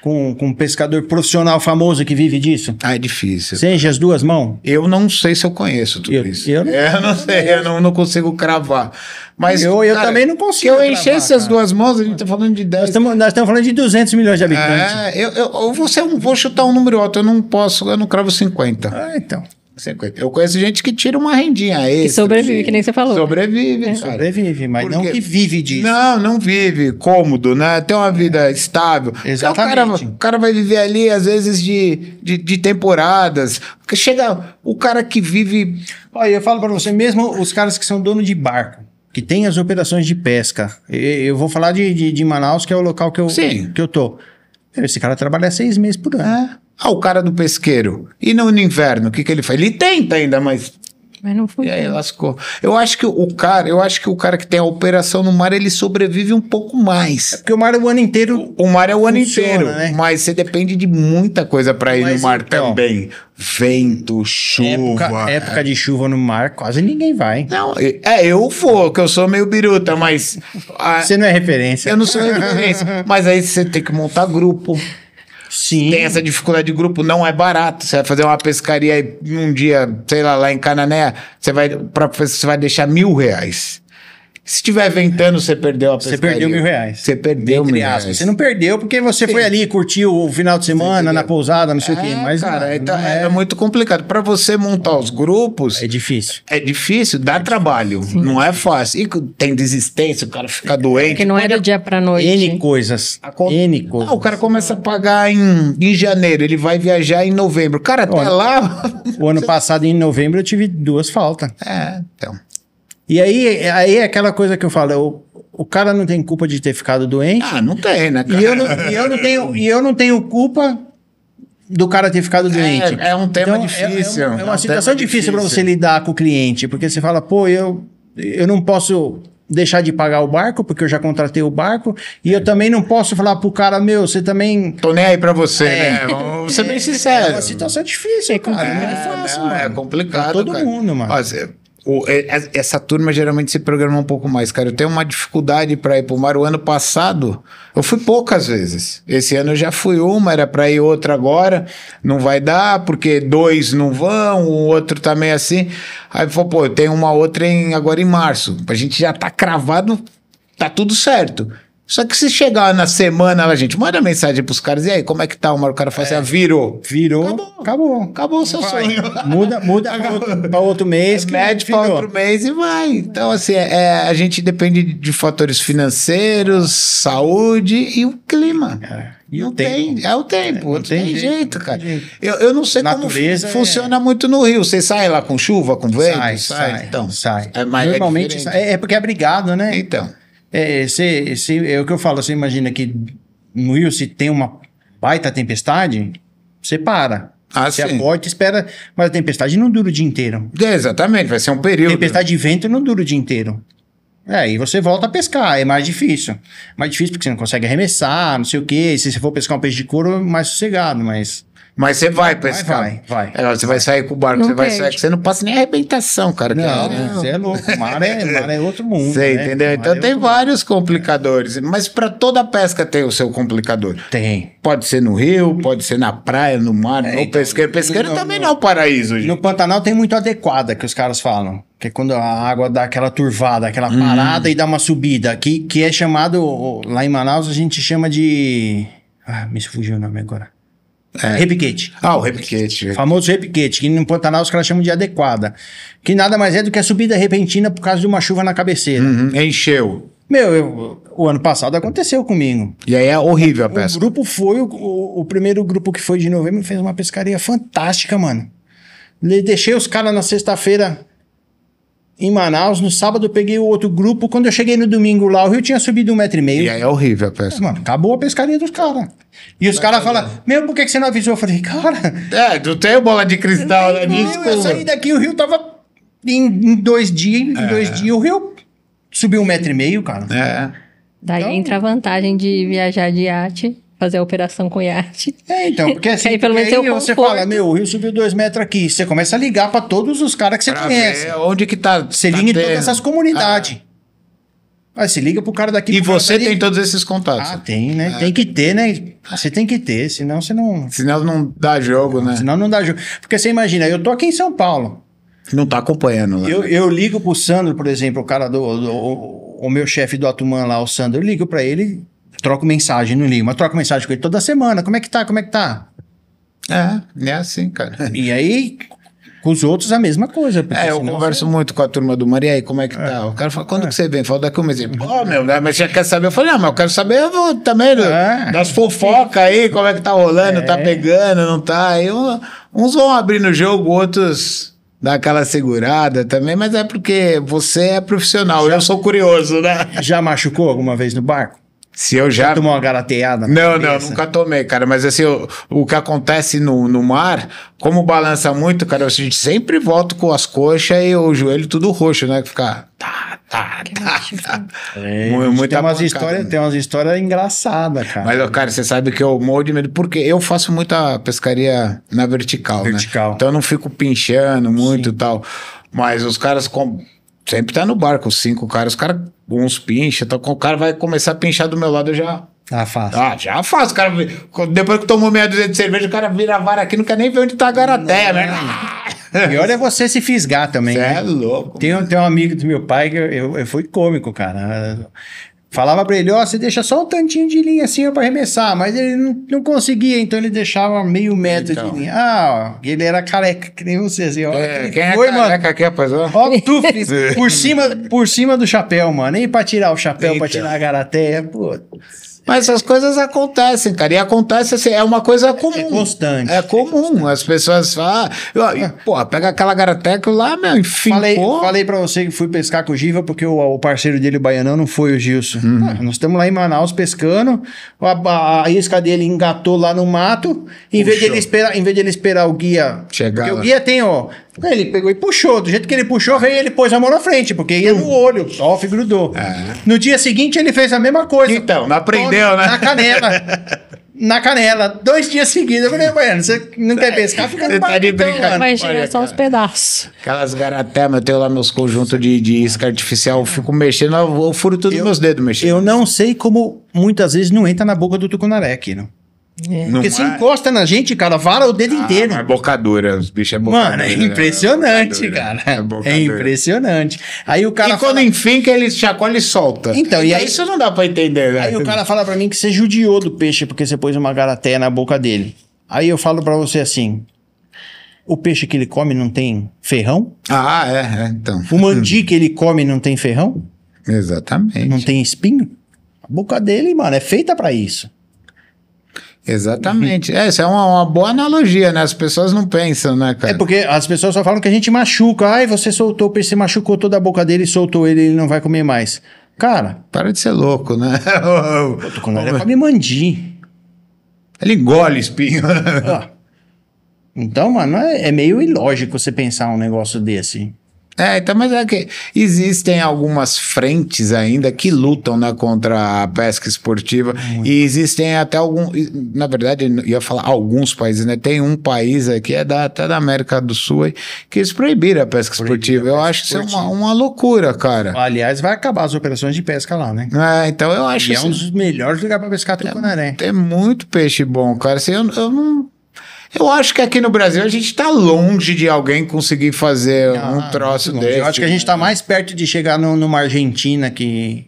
Speaker 3: com, com um pescador profissional famoso que vive disso?
Speaker 1: Ah, é difícil.
Speaker 3: Você enche as duas mãos?
Speaker 1: Eu não sei se eu conheço tudo
Speaker 3: Eu-
Speaker 1: isso.
Speaker 3: eu não-
Speaker 1: É, eu não sei, eu não, não consigo cravar. Mas,
Speaker 3: Eu- eu também não consigo
Speaker 1: Se eu encher
Speaker 3: cravar,
Speaker 1: essas
Speaker 3: cara.
Speaker 1: duas mãos, a gente tá falando de
Speaker 3: Nós
Speaker 1: 10.
Speaker 3: estamos nós estamos falando de 200 milhões de habitantes.
Speaker 1: É, eu, eu, eu vou, ser um- vou chutar um número alto, eu não posso, eu não cravo 50.
Speaker 3: Ah, então.
Speaker 1: 50. Eu conheço gente que tira uma rendinha extra.
Speaker 2: sobrevive,
Speaker 1: de-
Speaker 2: que nem você falou. É.
Speaker 1: Sobrevive, cara.
Speaker 3: Sobrevive, mas
Speaker 1: Por
Speaker 3: não
Speaker 1: quê?
Speaker 3: que vive disso.
Speaker 1: Não, não vive cômodo, né? Tem uma vida estável.
Speaker 3: Exatamente.
Speaker 1: Então, O cara, o cara vai viver ali, às vezes, de, de, de temporadas. Porque Chega o cara que vive.
Speaker 3: Olha, eu falo pra você, mesmo os caras que são dono de barco, que tem as operações de pesca. e- Eu vou falar de, de, de Manaus, que é o local que eu,
Speaker 1: Sim.
Speaker 3: que eu tô. Esse cara trabalha seis meses por ano.
Speaker 1: né? Ah, o cara do pesqueiro. E no, no inverno, o que, que ele faz? Ele tenta ainda, mas.
Speaker 2: Mas não fui.
Speaker 1: E aí lascou. Eu acho que o cara, eu acho que o cara que tem a operação no mar, ele sobrevive um pouco mais.
Speaker 3: Porque o mar é o ano inteiro.
Speaker 1: O mar é o ano
Speaker 3: Funciona,
Speaker 1: inteiro,
Speaker 3: né?
Speaker 1: mas você depende de muita coisa para ir no
Speaker 3: Mas
Speaker 1: mar
Speaker 3: então,
Speaker 1: também. Vento, chuva.
Speaker 3: Época, época de chuva no mar, quase ninguém vai.
Speaker 1: Não, é, eu vou, que eu sou meio biruta, mas. ah,
Speaker 3: Você não é referência.
Speaker 1: eu não sou referência. Mas aí você tem que montar grupo.
Speaker 3: Sim.
Speaker 1: Tem essa dificuldade de grupo, não é barato. Você vai fazer uma pescaria aí um dia, sei lá, lá em Canané, você vai, pra, você vai deixar mil reais. Se tiver ventando, você perdeu a
Speaker 3: Você
Speaker 1: pescaria.
Speaker 3: perdeu mil reais.
Speaker 1: Você perdeu
Speaker 3: Entre
Speaker 1: mil
Speaker 3: aspas.
Speaker 1: reais.
Speaker 3: Você não perdeu porque você foi ali, curtiu o final de semana, na pousada, não sei o quê.
Speaker 1: É,
Speaker 3: Mas,
Speaker 1: cara,
Speaker 3: não,
Speaker 1: então
Speaker 3: não
Speaker 1: é...
Speaker 3: é,
Speaker 1: é muito complicado. Para você montar os grupos,
Speaker 3: é difícil.
Speaker 1: É difícil, dá trabalho, não é fácil. E c- tem desistência, o cara fica doente.
Speaker 2: Porque não é do dia pra noite.
Speaker 3: N coisas.
Speaker 1: Acon-
Speaker 3: N coisas.
Speaker 1: Ah, o cara começa a pagar em, em janeiro, ele vai viajar em novembro. Cara, até
Speaker 3: Olha.
Speaker 1: lá.
Speaker 3: O ano passado, em novembro, eu tive duas faltas.
Speaker 1: é, então.
Speaker 3: E aí, aí é aquela coisa que eu falo: o, o cara não tem culpa de ter ficado doente.
Speaker 1: Ah, não tem, né, cara?
Speaker 3: E eu não, e eu não tenho, e eu não tenho culpa do cara ter ficado doente.
Speaker 1: é um tema
Speaker 3: é-
Speaker 1: difícil,
Speaker 3: É, um- é
Speaker 1: é um
Speaker 3: uma
Speaker 1: tema
Speaker 3: situação difícil para
Speaker 1: difícil.
Speaker 3: você lidar com o cliente, porque você fala, pô, eu, eu não posso deixar de pagar o barco, porque eu já contratei o barco, e eu também não posso falar pro cara, meu, você também.
Speaker 1: Tô nem aí pra você,
Speaker 3: É.
Speaker 1: né? Vamos ser bem
Speaker 3: É
Speaker 1: sincero.
Speaker 3: uma situação difícil, cara.
Speaker 1: É,
Speaker 3: não é fácil,
Speaker 1: não,
Speaker 3: mano.
Speaker 1: é complicado.
Speaker 3: Pra todo
Speaker 1: cara.
Speaker 3: mundo, mano.
Speaker 1: Ó, cê- o- é- é- essa turma geralmente se programa um pouco mais, cara. Eu tenho uma dificuldade pra ir pro mar. O ano passado, eu fui poucas vezes. Esse ano eu já fui uma, era pra ir outra agora. Não vai dar, porque dois não vão, o outro tá meio assim. Aí falou, pô, eu tenho uma outra em, agora em março. A gente já tá cravado, tá tudo certo. Só que se chegar na semana, a gente manda mensagem pros caras, e aí, como é que tá o mar? O cara fala assim, ah, virou.
Speaker 3: Virou, acabou.
Speaker 1: Acabou o seu sonho.
Speaker 3: Muda, muda pra outro- pra outro mês. que
Speaker 1: Mede para
Speaker 3: virou.
Speaker 1: É outro mês e vai. Então, assim, é, a gente depende de fatores financeiros, saúde e o clima.
Speaker 3: E
Speaker 1: não
Speaker 3: o tempo.
Speaker 1: tem, é o tempo, não tem, jeito,
Speaker 3: não
Speaker 1: cara.
Speaker 3: tem jeito.
Speaker 1: Eu, eu não sei
Speaker 3: Natureza
Speaker 1: como fu-
Speaker 3: é-
Speaker 1: funciona muito no Rio. Vocês saem lá com chuva, com vento?
Speaker 3: Sai, sai,
Speaker 1: então,
Speaker 3: sai.
Speaker 1: É, mas é
Speaker 3: Normalmente
Speaker 1: diferente.
Speaker 3: sai. é, é porque é abrigado, né?
Speaker 1: Então,
Speaker 3: É, cê- cê- é o que eu falo, você imagina que no Rio, se tem uma baita tempestade, você para.
Speaker 1: Ah,
Speaker 3: você
Speaker 1: sim.
Speaker 3: aporta e espera, mas a tempestade não dura o dia inteiro.
Speaker 1: é, exatamente, vai ser um período.
Speaker 3: Tempestade de vento não dura o dia inteiro. É, aí você volta a pescar, é mais difícil. Mais difícil porque você não consegue arremessar, não sei o quê. Se você for pescar um peixe de couro, é mais sossegado, mas.
Speaker 1: Mas você vai
Speaker 3: Vai,
Speaker 1: pescar.
Speaker 3: vai, vai.
Speaker 1: É, você vai sair com o barco,
Speaker 2: Não
Speaker 1: você vai
Speaker 2: perde.
Speaker 1: sair. Você não passa nem arrebentação, cara. que
Speaker 3: Não,
Speaker 1: é-
Speaker 3: você é louco. Mar é, mar é outro mundo.
Speaker 1: Sei,
Speaker 3: né?
Speaker 1: entendeu?
Speaker 3: Mar
Speaker 1: Então
Speaker 3: é
Speaker 1: tem
Speaker 3: outro-
Speaker 1: vários complicadores, mas para toda pesca tem o seu complicador.
Speaker 3: Tem.
Speaker 1: Pode ser no rio, pode ser na praia, no mar, no
Speaker 3: então,
Speaker 1: pesqueiro. Pesqueiro
Speaker 3: não,
Speaker 1: também não, é o paraíso, gente.
Speaker 3: No Pantanal tem muito adequada que os caras falam. Que é quando a água dá aquela turvada, aquela parada e dá uma subida. Que, que é chamado. Lá em Manaus a gente chama de. Ah, me fugiu o nome agora. Repiquete.
Speaker 1: Ah, o repiquete.
Speaker 3: Famoso repiquete, que no Pantanal os caras chamam de adequada. Que nada mais é do que a subida repentina por causa de uma chuva na cabeceira.
Speaker 1: Uhum, encheu.
Speaker 3: Meu, eu- o ano passado aconteceu comigo.
Speaker 1: E aí é horrível a
Speaker 3: O
Speaker 1: pesca.
Speaker 3: grupo foi, o, o- o primeiro grupo que foi de novembro fez uma pescaria fantástica, mano. Le- Deixei os caras na sexta-feira em Manaus, no sábado eu peguei o outro grupo. Quando eu cheguei no domingo lá, o rio tinha subido um metro e meio.
Speaker 1: E aí é horrível a pesca.
Speaker 3: Mano, acabou a pescaria dos caras. E os caras falam, meu, por que, que você não avisou? Eu falei, cara,
Speaker 1: É, não tem bola de cristal, né?
Speaker 3: não, eu saí daqui, o rio tava em, em dois dias, em dois dias, o rio subiu um metro e meio, cara.
Speaker 1: É.
Speaker 2: Daí
Speaker 3: Então-
Speaker 2: entra a vantagem de viajar de iate, fazer a operação com iate.
Speaker 3: É, então, porque assim,
Speaker 2: Aí, pelo
Speaker 3: porque
Speaker 2: menos, tem o
Speaker 3: você
Speaker 2: conforto.
Speaker 3: fala, meu, o Rio subiu dois metros aqui. Você começa a ligar pra todos os caras que você
Speaker 1: Pra
Speaker 3: conhece.
Speaker 1: ver onde que tá.
Speaker 3: Você
Speaker 1: tá
Speaker 3: liga em
Speaker 1: tendo.
Speaker 3: todas essas comunidades. Ah, se liga pro cara daqui.
Speaker 1: E
Speaker 3: pro cara
Speaker 1: você
Speaker 3: dali.
Speaker 1: tem É. todos esses contatos.
Speaker 3: tá Ah, tem, né? Tem que ter, né? Você tem que ter, senão você não.
Speaker 1: Senão não dá jogo, né?
Speaker 3: Senão não dá jogo. Porque você imagina, eu tô aqui em São Paulo.
Speaker 1: Não tá acompanhando lá.
Speaker 3: Eu, eu ligo pro Sandro, por exemplo, o cara do. do- o, o meu chefe do Atuman lá, o Sandro, eu ligo pra ele, troco mensagem, não ligo, mas troco mensagem com ele toda semana. Como é que tá? Como é que tá?
Speaker 1: É, é assim, cara.
Speaker 3: E aí, com os outros, a mesma coisa. porque
Speaker 1: É, eu
Speaker 3: senão
Speaker 1: converso muito com a turma do Maria aí, como é que tá? O cara fala, quando que você vem? Fala daqui um mês. Ele, Pô, meu, né, mas você quer saber? Eu falei, ah, mas eu quero saber eu vou também do-
Speaker 3: É.
Speaker 1: das fofocas aí, como é que tá rolando, tá pegando, não tá. Aí um- uns vão abrindo o jogo, outros dá aquela segurada também, mas é porque você é profissional, eu sou curioso, né?
Speaker 3: você- Já machucou alguma vez no barco?
Speaker 1: Se eu já.
Speaker 3: Tomou uma garateada? na
Speaker 1: Ah. Não, não,
Speaker 3: cabeça?
Speaker 1: nunca tomei, cara. Mas assim, o, o que acontece no, no mar, como balança muito, cara, a gente sempre volta com as coxas e o joelho tudo roxo, né? Que fica. Tá, tá, tá. tá.
Speaker 3: É,
Speaker 1: Mu- muita
Speaker 3: tem, umas
Speaker 1: pancada,
Speaker 3: histórias,
Speaker 1: né?
Speaker 3: tem umas histórias engraçadas, cara.
Speaker 1: Mas, ó, cara, você sabe que eu morro de medo, porque eu faço muita pescaria na vertical, né?
Speaker 3: Vertical.
Speaker 1: Então eu não fico pinchando muito e tal. Mas os caras com- sempre tá no barco, os cinco caras, os caras, uns pincham, então, o cara vai começar a pinchar do meu lado, eu já.
Speaker 3: Ah, fácil.
Speaker 1: Ah, já faço, cara. Depois que tomou meia dúzia de cerveja, o cara vira a vara aqui, não quer nem ver onde tá a garateia, né?
Speaker 3: Pior é você se fisgar também.
Speaker 1: Você
Speaker 3: né?
Speaker 1: é louco.
Speaker 3: Tem, um- tem um amigo do meu pai que eu, eu, eu fui cômico, cara. Falava pra ele, ó, você deixa só um tantinho de linha assim ó, pra arremessar, mas ele não, não conseguia, então ele deixava meio metro
Speaker 1: Então.
Speaker 3: de linha. Ah, ó, ele era careca, que nem você, assim, ó.
Speaker 1: É, quem é
Speaker 3: Foi, mano.
Speaker 1: careca aqui, rapaz? Ó.
Speaker 3: Ó, o tufles por cima, por cima do chapéu, mano. E pra tirar o chapéu, pra
Speaker 1: Então.
Speaker 3: tirar a garateia, pô.
Speaker 1: Mas essas coisas acontecem, cara. E acontece assim, é uma coisa comum.
Speaker 3: É constante. É.
Speaker 1: É comum. As pessoas falam. "Ah, eu- Pô, pega aquela garateca lá, meu, enfim.
Speaker 3: Falei, falei pra você que fui pescar com o Giva porque o, o parceiro dele, o Baianão, não foi o Gilson.
Speaker 1: Uhum.
Speaker 3: Ah, nós estamos lá em Manaus pescando, a, a- a isca dele engatou lá no mato, em vez, de
Speaker 1: Puxou.
Speaker 3: ele esperar, em vez de ele esperar o guia...
Speaker 1: Chegar
Speaker 3: Porque
Speaker 1: lá.
Speaker 3: o guia tem, ó... Ele pegou e puxou, do jeito que ele puxou, veio ele pôs a mão na frente, porque ia no olho, off grudou. No dia seguinte ele fez a mesma coisa.
Speaker 1: É. Então, não aprendeu, né?
Speaker 3: Na canela. Na canela, dois dias seguidos. Eu falei, Baiano, você não quer pescar? Fica
Speaker 1: Você
Speaker 3: no
Speaker 1: tá
Speaker 3: barco,
Speaker 1: de
Speaker 3: então,
Speaker 1: brincadeira.
Speaker 3: mano.
Speaker 2: Vai
Speaker 1: Olha,
Speaker 2: chegar só uns
Speaker 1: cara.
Speaker 2: pedaços.
Speaker 1: Aquelas garatemas, eu tenho lá meus conjuntos de, de isca artificial, eu fico mexendo, eu eu furo tudo nos meus dedos mexendo.
Speaker 3: Eu não sei como muitas vezes não entra na boca do tucunaré aqui, não.
Speaker 1: Não
Speaker 3: Porque se
Speaker 1: é-
Speaker 3: encosta na gente, cara, vara o dedo inteiro.
Speaker 1: Ah, é bocadura, os bichos é bocadura.
Speaker 3: Mano, é
Speaker 1: né?
Speaker 3: impressionante,
Speaker 1: bocadura,
Speaker 3: cara.
Speaker 1: É,
Speaker 3: É,
Speaker 1: bocadura.
Speaker 3: impressionante. Aí o cara
Speaker 1: E quando
Speaker 3: fala,
Speaker 1: enfinca, ele chacoalha e solta.
Speaker 3: Então, e aí-
Speaker 1: Isso não dá pra entender, né?
Speaker 3: aí o cara fala para mim que você judiou do peixe porque você pôs uma garateia na boca dele. Aí eu falo pra você assim: o peixe que ele come não tem ferrão?
Speaker 1: Ah, é, é, então.
Speaker 3: O mandi que ele come não tem ferrão?
Speaker 1: Exatamente.
Speaker 3: Não tem espinho? A boca dele, mano, é feita pra isso.
Speaker 1: Exatamente. É, isso é uma, uma boa analogia, né? As pessoas não pensam, né, cara?
Speaker 3: É porque as pessoas só falam que a gente machuca. Ai, você soltou o peixe, você machucou toda a boca dele, soltou ele, ele não vai comer mais. Cara,
Speaker 1: Para de ser louco, né?
Speaker 3: o tucunaré come mandi.
Speaker 1: Ele engole espinho.
Speaker 3: Ó. Então, mano, é, é meio ilógico você pensar um negócio desse.
Speaker 1: É, então, mas é que existem algumas frentes ainda que lutam né, contra a pesca esportiva e existem até algum, e, na verdade, eu ia falar alguns países, né? Tem um país aqui, é da, até da América do Sul, aí, que eles proibiram a pesca esportiva. eu acho que isso é uma, uma loucura, cara.
Speaker 3: Aliás, vai acabar as operações de pesca lá, né?
Speaker 1: É, então eu acho
Speaker 3: E é
Speaker 1: isso-
Speaker 3: um dos melhores lugares pra pescar tucunaré.
Speaker 1: Tem muito peixe bom, cara. Assim, eu, eu não. Eu acho que aqui no Brasil a gente tá longe de alguém conseguir fazer um troço
Speaker 3: Bom,
Speaker 1: desse.
Speaker 3: Ah,
Speaker 1: né?
Speaker 3: Eu acho que a gente tá mais perto de chegar no- numa Argentina que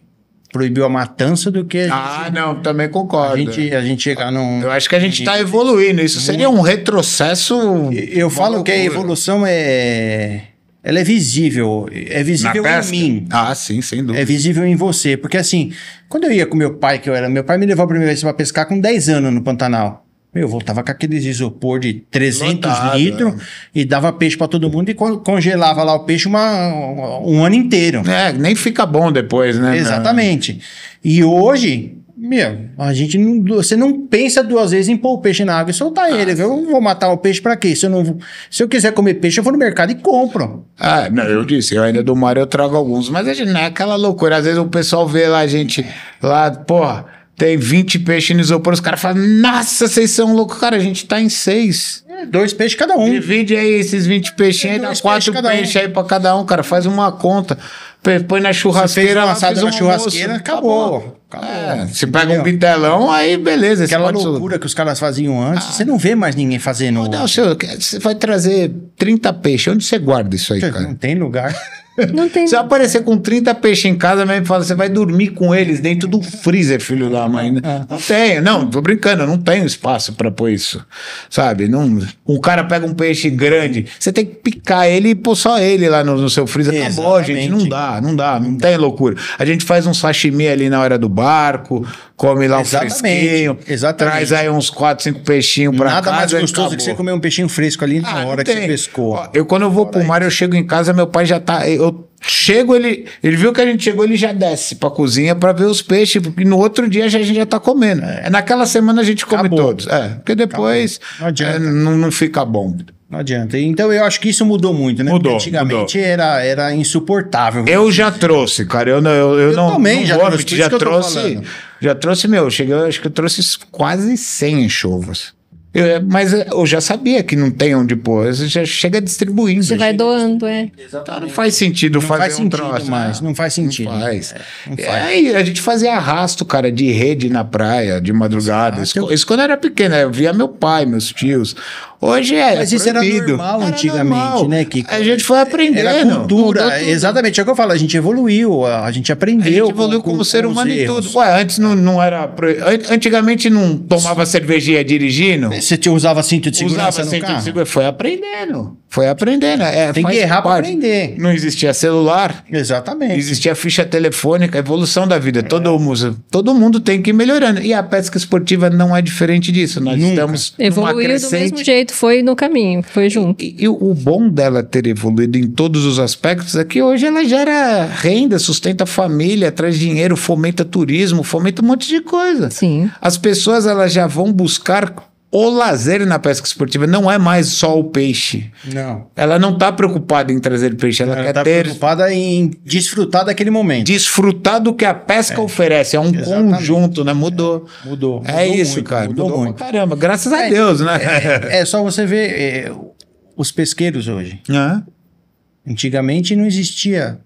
Speaker 3: proibiu a matança do que a gente,
Speaker 1: Ah, não, também concordo.
Speaker 3: a gente, a gente chegar num...
Speaker 1: Eu acho que a gente
Speaker 3: Uhum.
Speaker 1: tá evoluindo. Isso seria um retrocesso.
Speaker 3: Eu falo que a
Speaker 1: loucura.
Speaker 3: evolução é. Ela é visível. É
Speaker 1: na
Speaker 3: visível em
Speaker 1: pesca.
Speaker 3: mim.
Speaker 1: Ah, sim, sem dúvida.
Speaker 3: É visível em você. Porque assim, quando eu ia com meu pai, que eu era. Meu pai me levou a primeira vez pra pescar com 10 anos no Pantanal. Meu, eu voltava com aqueles isopor de 300
Speaker 1: Lotado,
Speaker 3: litros e dava peixe pra todo mundo e co- congelava lá o peixe uma, um ano inteiro.
Speaker 1: É, nem fica bom depois, né?
Speaker 3: Exatamente. E hoje, meu, a gente não. Você não pensa duas vezes em pôr o peixe na água e soltar
Speaker 1: Ah,
Speaker 3: ele. viu? Eu vou matar o peixe pra quê? Se eu, não, se eu quiser comer peixe, eu vou no mercado e compro.
Speaker 1: Ah, não, eu disse, eu ainda do mar eu trago alguns, mas a gente não é aquela loucura. Às vezes o pessoal vê lá a gente, lá, porra, tem 20 peixes no isopor, os caras falam, nossa, vocês são loucos. Cara, a gente tá em seis.
Speaker 3: dois peixes cada um.
Speaker 1: Divide aí esses 20 peixinhos, aí dá
Speaker 3: Dois
Speaker 1: quatro
Speaker 3: peixes cada
Speaker 1: peixes aí pra cada um, cara. Faz uma conta. Pe- Põe na
Speaker 3: Fez
Speaker 1: churrasqueira,
Speaker 3: uma
Speaker 1: lá,
Speaker 3: assada
Speaker 1: faz
Speaker 3: na
Speaker 1: um
Speaker 3: churrasqueira,
Speaker 1: almoço.
Speaker 3: acabou.
Speaker 1: É,
Speaker 3: Acabou.
Speaker 1: você pega um
Speaker 3: Entendeu?
Speaker 1: bitelão, aí beleza. você
Speaker 3: Aquela
Speaker 1: pode- Ah.
Speaker 3: loucura que os caras faziam antes, você não vê mais ninguém fazendo.
Speaker 1: Não, senhor, você vai trazer 30 peixes. Onde você guarda isso aí, cara?
Speaker 3: não tem lugar.
Speaker 2: Não tem.
Speaker 1: Se eu aparecer com 30 peixes em casa, mesmo fala, você vai dormir com eles dentro do freezer, filho da mãe. né?
Speaker 3: Ah.
Speaker 1: Não tenho, não, tô brincando, eu não tenho espaço pra pôr isso. Sabe? Não, um cara pega um peixe grande, você tem que picar ele e pôr só ele lá no, no seu freezer. Acabou, gente, não
Speaker 3: Exatamente.
Speaker 1: dá, não dá, não tem loucura. A gente faz um sashimi ali na hora do barco, come lá um
Speaker 3: Exatamente,
Speaker 1: fresquinho,
Speaker 3: exatamente.
Speaker 1: traz aí uns 4, 5 peixinhos pra
Speaker 3: Nada
Speaker 1: casa
Speaker 3: mais
Speaker 1: e
Speaker 3: gostoso que
Speaker 1: acabou.
Speaker 3: você comer um peixinho fresco ali
Speaker 1: Ah,
Speaker 3: na
Speaker 1: não
Speaker 3: hora que você
Speaker 1: tem.
Speaker 3: pescou.
Speaker 1: Ó, Eu, quando eu vou pro mar, eu chego em casa, meu pai já tá. Eu chego, ele. Ele viu que a gente chegou, ele já desce pra cozinha pra ver os peixes, porque no outro dia já- a gente já tá comendo. É, naquela semana a gente come
Speaker 3: Acabou.
Speaker 1: todos. É, porque depois
Speaker 3: Não adianta.
Speaker 1: é, não, não fica bom.
Speaker 3: Não adianta. Então eu acho que isso mudou muito, né?
Speaker 1: Mudou,
Speaker 3: Porque antigamente Era, era insuportável.
Speaker 1: Eu já trouxe, cara. Eu, não, eu, eu
Speaker 3: Eu
Speaker 1: não.
Speaker 3: também
Speaker 1: não
Speaker 3: já
Speaker 1: vou,
Speaker 3: trouxe, por
Speaker 1: Já
Speaker 3: isso que eu tô
Speaker 1: trouxe,
Speaker 3: falando.
Speaker 1: já trouxe, meu. eu Cheguei, eu acho que eu trouxe quase 100 enxovas. Eu- é, mas é, eu já sabia que não tem onde pôr. Você já chega distribuindo.
Speaker 2: Você vai
Speaker 1: chega-
Speaker 2: doando, é.
Speaker 1: Tá, não faz sentido
Speaker 3: não
Speaker 1: fazer
Speaker 3: faz
Speaker 1: um
Speaker 3: sentido
Speaker 1: troço.
Speaker 3: mais.
Speaker 1: né?
Speaker 3: Não faz sentido.
Speaker 1: Faz.
Speaker 3: não
Speaker 1: É,
Speaker 3: faz.
Speaker 1: aí a gente fazia arrasto, cara, de rede na praia, de madrugada. Isso, co- isso quando eu era pequeno, eu via meu pai, meus tios. Hoje é.
Speaker 3: Mas isso era
Speaker 1: proibido.
Speaker 3: normal antigamente, né, Kiko?
Speaker 1: A gente foi aprendendo.
Speaker 3: Era
Speaker 2: Mudou
Speaker 3: cultura,
Speaker 2: tudo.
Speaker 3: exatamente. É o que eu falo, a gente evoluiu, a a gente
Speaker 1: A gente
Speaker 3: aprendeu.
Speaker 1: evoluiu
Speaker 3: com-
Speaker 1: como
Speaker 3: com-
Speaker 1: ser
Speaker 3: com os
Speaker 1: humano em
Speaker 3: erros.
Speaker 1: tudo. Ué, antes não, não era. proi- an- Antigamente não tomava cervejinha dirigindo.
Speaker 3: Você te usava cinto de segurança
Speaker 1: Usava
Speaker 3: no
Speaker 1: cinto de
Speaker 3: carro?
Speaker 1: segurança. Foi aprendendo. Foi aprendendo. É,
Speaker 3: Tem que
Speaker 1: faz
Speaker 3: errar pra
Speaker 1: parte.
Speaker 3: aprender.
Speaker 1: Não existia celular.
Speaker 3: Exatamente.
Speaker 1: Existia ficha telefônica, a evolução da vida.
Speaker 3: É.
Speaker 1: Todo, mundo, todo mundo tem que ir melhorando. E a pesca esportiva não é diferente disso. Nós
Speaker 3: Nunca.
Speaker 1: estamos numa
Speaker 2: Evoluiu do
Speaker 1: crescente.
Speaker 2: mesmo jeito, foi no caminho, foi junto.
Speaker 1: E, e o bom dela ter evoluído em todos os aspectos é que hoje ela gera renda, sustenta a família, traz dinheiro, fomenta turismo, fomenta um monte de coisa.
Speaker 2: Sim.
Speaker 1: As pessoas elas já vão buscar o lazer na pesca esportiva, não é mais só o peixe.
Speaker 3: Não.
Speaker 1: Ela não está preocupada em trazer peixe, ela,
Speaker 3: Ela
Speaker 1: quer
Speaker 3: tá
Speaker 1: ter
Speaker 3: preocupada em desfrutar daquele momento.
Speaker 1: desfrutar do que a pesca oferece. É um
Speaker 3: Exatamente.
Speaker 1: conjunto, né? Mudou.
Speaker 3: Mudou.
Speaker 1: É
Speaker 3: Mudou
Speaker 1: isso,
Speaker 3: muito,
Speaker 1: cara.
Speaker 3: Mudou,
Speaker 1: Mudou, pra
Speaker 3: muito.
Speaker 1: caramba. Graças a
Speaker 3: É,
Speaker 1: Deus, né?
Speaker 3: É, é só você ver é, os pesqueiros hoje.
Speaker 1: Hã?
Speaker 3: Antigamente não existia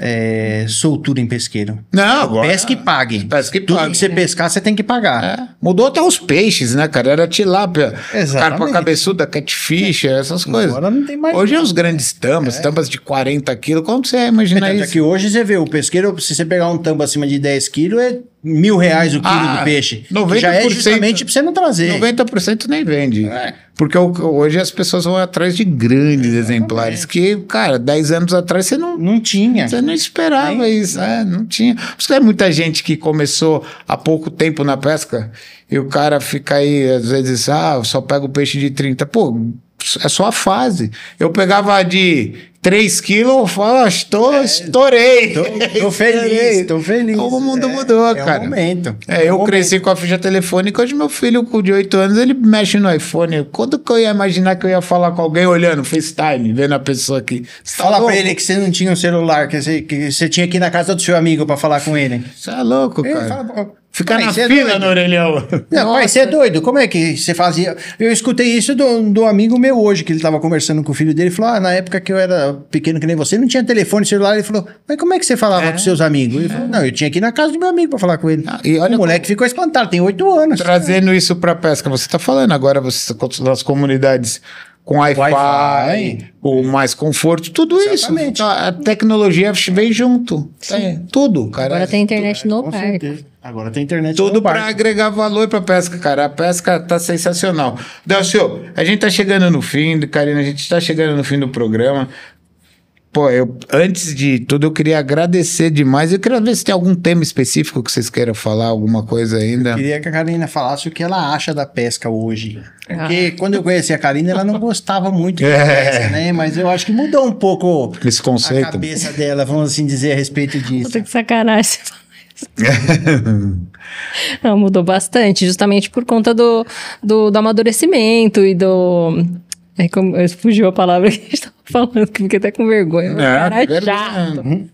Speaker 3: é, soltura em pesqueiro.
Speaker 1: Não, agora.
Speaker 3: Pesca e pague.
Speaker 1: Pesca e
Speaker 3: Tudo
Speaker 1: pague.
Speaker 3: que você pescar, você tem que pagar.
Speaker 1: É. Mudou até os peixes, né, cara? Era tilápia,
Speaker 3: Exatamente. É.
Speaker 1: carpa cabeçuda, catfish, essas coisas.
Speaker 3: Agora não tem mais.
Speaker 1: Hoje é os grandes tambas, tampas de 40 quilos. Como você imagina
Speaker 3: Tanto é
Speaker 1: isso?
Speaker 3: que hoje você vê o pesqueiro, se você pegar um tambo acima de 10 quilos, é mil reais o quilo
Speaker 1: Ah,
Speaker 3: do peixe.
Speaker 1: 90%.
Speaker 3: Já é justamente pra você não trazer.
Speaker 1: 90% nem vende.
Speaker 3: É.
Speaker 1: Porque o- hoje as pessoas vão atrás de grandes exemplares. Que, cara, 10 anos atrás você não
Speaker 3: Não tinha.
Speaker 1: Você não esperava isso, né? Não tinha. Por isso que é muita gente que começou há pouco tempo na pesca e o cara fica aí, às vezes, ah, eu só pego peixe de 30. Pô, é só a fase. Eu pegava de 3 quilos, eu falo, ah, estou,
Speaker 3: É,
Speaker 1: estourei.
Speaker 3: Tô, tô feliz, tô feliz.
Speaker 1: O mundo mudou,
Speaker 3: é
Speaker 1: cara.
Speaker 3: É o momento.
Speaker 1: É,
Speaker 3: o
Speaker 1: eu
Speaker 3: momento.
Speaker 1: cresci com a ficha telefônica, hoje meu filho com de 8 anos, ele mexe no iPhone. Quando que eu ia imaginar que eu ia falar com alguém olhando, FaceTime, vendo a pessoa aqui? Você tá
Speaker 3: Fala
Speaker 1: louco?
Speaker 3: pra ele que você não tinha um celular, que você, que você tinha que ir na casa do seu amigo pra falar com ele.
Speaker 1: Você é louco,
Speaker 3: Ele
Speaker 1: cara.
Speaker 3: fala, "Pô,
Speaker 1: Ficar
Speaker 3: pai,
Speaker 1: na
Speaker 3: você é
Speaker 1: fila
Speaker 3: doido?"
Speaker 1: no orelhão.
Speaker 3: Não, pai, você é doido? Como é que você fazia? Eu escutei isso do, do amigo meu hoje, que ele tava conversando com o filho dele. Ele falou: Ah, na época que eu era pequeno que nem você, não tinha telefone celular. Ele falou: Mas como é que você falava com seus amigos? Ele falou: Não, eu tinha que ir na casa do meu amigo pra falar com ele.
Speaker 1: Ah, e olha
Speaker 3: o moleque ficou espantado, tem oito anos.
Speaker 1: Trazendo isso para pesca, você está falando agora você, nas comunidades com Wi-Fi,
Speaker 3: Wi-Fi.
Speaker 1: o mais conforto, tudo
Speaker 3: Exatamente.
Speaker 1: isso. Tá, A a tecnologia vem junto. Tem tudo, cara.
Speaker 2: Agora tem internet no
Speaker 3: Com
Speaker 2: parque.
Speaker 3: certeza. Agora tem internet.
Speaker 1: Tudo
Speaker 3: no
Speaker 1: para
Speaker 3: barco.
Speaker 1: agregar valor para pesca, cara. A pesca tá sensacional. Delcio, a gente tá chegando no fim, Karina, a gente tá chegando no fim do programa. Pô, eu, antes de tudo, eu queria agradecer demais. Eu queria ver se tem algum tema específico que vocês queiram falar, alguma coisa ainda.
Speaker 3: Queria que a Karina falasse o que ela acha da pesca hoje. Porque quando eu conheci a Karina, ela não gostava muito de
Speaker 1: Ah. É.
Speaker 3: pesca, né? Mas eu acho que mudou um pouco
Speaker 1: Esse
Speaker 3: a
Speaker 1: conceito.
Speaker 3: cabeça dela, vamos assim dizer, a respeito disso.
Speaker 2: Puta que sacanagem. você falar isso. Não, mudou bastante, justamente por conta do, do, do amadurecimento e do. É como, é, fugiu a palavra que a gente tava falando, que eu fiquei até com vergonha.
Speaker 1: É,
Speaker 2: Cara
Speaker 1: vergonha.
Speaker 3: né?
Speaker 2: chato.
Speaker 3: Uhum.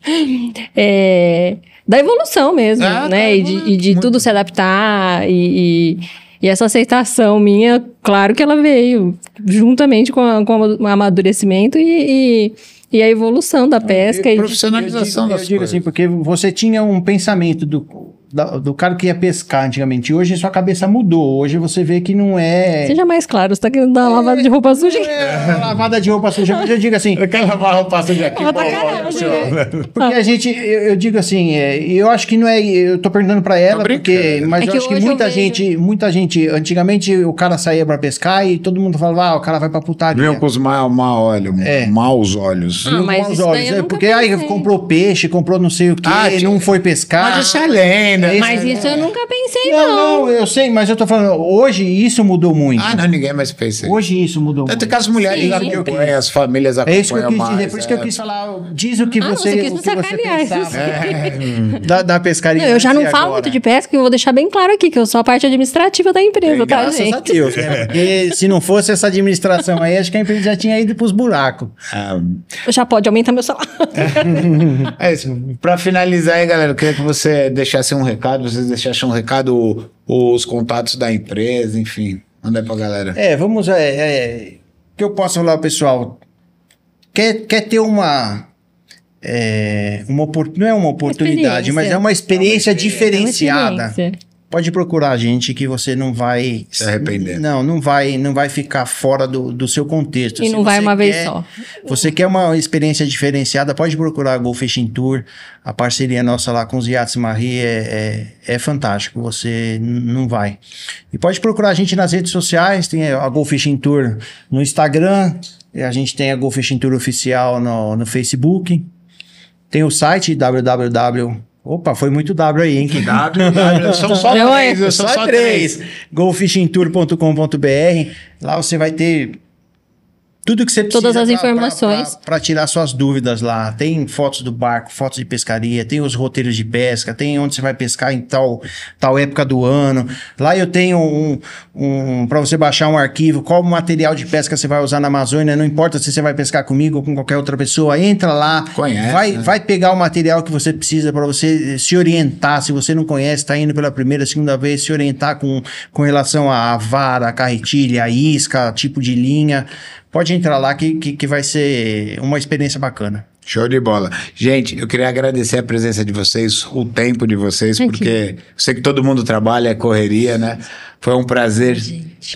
Speaker 2: É, da evolução mesmo,
Speaker 1: Ah,
Speaker 2: né?
Speaker 1: tá,
Speaker 2: e de, e de tudo se adaptar e, e- E essa aceitação minha, claro que ela veio juntamente com, a- com o amadurecimento e, e, e a evolução da pesca.
Speaker 1: e
Speaker 2: e-
Speaker 1: profissionalização
Speaker 3: eu digo,
Speaker 1: das
Speaker 3: eu digo
Speaker 1: coisas.
Speaker 3: assim, porque você tinha um pensamento do, da- do cara que ia pescar antigamente. Hoje sua cabeça mudou. Hoje você vê que não é.
Speaker 2: Seja mais claro, você tá querendo dar uma lavada de roupa suja?
Speaker 3: É, lavada de roupa suja. Mas eu digo assim,
Speaker 1: Eu quero lavar a roupa suja aqui.
Speaker 2: Ela tá
Speaker 1: pô,
Speaker 2: caralho,
Speaker 1: pô,
Speaker 2: né?
Speaker 1: senhor.
Speaker 3: porque a gente, eu, eu digo assim, é, eu acho que não é, eu tô perguntando pra ela,
Speaker 1: Tá
Speaker 3: porque,
Speaker 1: brincando.
Speaker 3: mas
Speaker 2: É
Speaker 3: eu
Speaker 2: que
Speaker 3: acho que
Speaker 2: hoje eu
Speaker 3: muita
Speaker 2: vejo-
Speaker 3: gente, muita gente, antigamente o cara saía pra pescar e todo mundo falava, ah, o cara vai pra putaria.
Speaker 1: Vinham um com os ma- ma- olho,
Speaker 3: É.
Speaker 1: maus olhos.
Speaker 2: Ah,
Speaker 3: Viu
Speaker 2: mas
Speaker 3: com os
Speaker 2: isso daí
Speaker 3: olhos,
Speaker 2: eu
Speaker 3: é,
Speaker 2: nunca
Speaker 3: porque aí
Speaker 2: pensei.
Speaker 3: comprou peixe, comprou não sei o que,
Speaker 1: Ah, tinha-
Speaker 3: não foi pescar.
Speaker 1: Mas isso é lenda.
Speaker 2: Mas isso eu nunca pensei, não.
Speaker 3: Não, não, eu sei, mas eu tô falando, hoje isso mudou muito.
Speaker 1: Ah, não, ninguém mais pensa isso.
Speaker 3: hoje isso mudou
Speaker 1: Tanto que
Speaker 3: muito.
Speaker 1: as mulheres
Speaker 2: Sim.
Speaker 1: acompanham, as famílias
Speaker 3: É
Speaker 1: acompanham
Speaker 3: isso que eu quis
Speaker 1: mais.
Speaker 3: dizer, por isso que eu
Speaker 1: é.
Speaker 3: quis falar, diz o que
Speaker 2: Ah,
Speaker 3: você,
Speaker 2: você quis
Speaker 3: o
Speaker 2: me
Speaker 3: que você
Speaker 2: sacanear, isso.
Speaker 3: pensava É. da, da pescaria.
Speaker 2: Não, eu já não
Speaker 3: antes e
Speaker 2: falo
Speaker 3: agora.
Speaker 2: muito de pesca, eu vou deixar bem claro aqui que eu sou a parte administrativa da empresa, tá,
Speaker 3: Graças
Speaker 2: gente?
Speaker 3: a Deus, né? Porque se não fosse essa administração aí, acho que a empresa já tinha ido pros buracos.
Speaker 1: Ah,
Speaker 2: Já pode aumentar meu salário.
Speaker 1: é isso. Pra finalizar aí, galera, eu queria que você deixasse um recado, vocês deixassem um recado, o- os contatos da empresa, enfim. Manda aí pra galera.
Speaker 3: É, vamos. é, é, o que eu posso falar, pessoal? Quer, quer ter uma. é, uma opor- não é uma oportunidade,
Speaker 2: Experiência.
Speaker 3: mas é uma experiência É diferenciada.
Speaker 2: Experiência.
Speaker 3: Pode procurar a gente que você não vai
Speaker 1: Se arrepender.
Speaker 3: Não, não vai, não vai ficar fora do, do seu contexto.
Speaker 2: E
Speaker 3: Se
Speaker 2: não vai
Speaker 3: você
Speaker 2: uma vez
Speaker 3: quer-
Speaker 2: só.
Speaker 3: Você quer uma experiência diferenciada? Pode procurar a Go Fishing Tour. A parceria nossa lá com os Yates Marie é, é, é fantástico. Você n- não vai. E pode procurar a gente nas redes sociais. Tem a Go Fishing Tour no Instagram. e A gente tem a Go Fishing Tour oficial no, no Facebook. Tem o site www. Opa, foi muito W aí, hein? Que
Speaker 1: Ah, São só
Speaker 2: Não é.
Speaker 1: três, eu sou só três.
Speaker 3: golfishingtour.com.br. Lá você vai ter tudo que você precisa.
Speaker 2: Todas as
Speaker 3: pra-
Speaker 2: informações.
Speaker 3: pra- pra- Pra tirar suas dúvidas lá. Tem fotos do barco, fotos de pescaria, tem os roteiros de pesca, tem onde você vai pescar em tal, tal época do ano. Lá eu tenho um, um para você baixar um arquivo, qual material de pesca você vai usar na Amazônia, não importa se você vai pescar comigo ou com qualquer outra pessoa, entra lá,
Speaker 1: Conhece,
Speaker 3: vai,
Speaker 1: né?
Speaker 3: vai pegar o material que você precisa para você eh, se orientar. Se você não conhece, está indo pela primeira, segunda vez, se orientar com, com relação à vara, à carretilha, à isca, tipo de linha. Pode entrar lá que, que, que vai ser uma experiência bacana.
Speaker 1: Show de bola. Gente, eu queria agradecer a presença de vocês, o tempo de vocês,
Speaker 2: Ai, que
Speaker 1: porque eu sei que todo mundo trabalha, é correria, né? Foi um prazer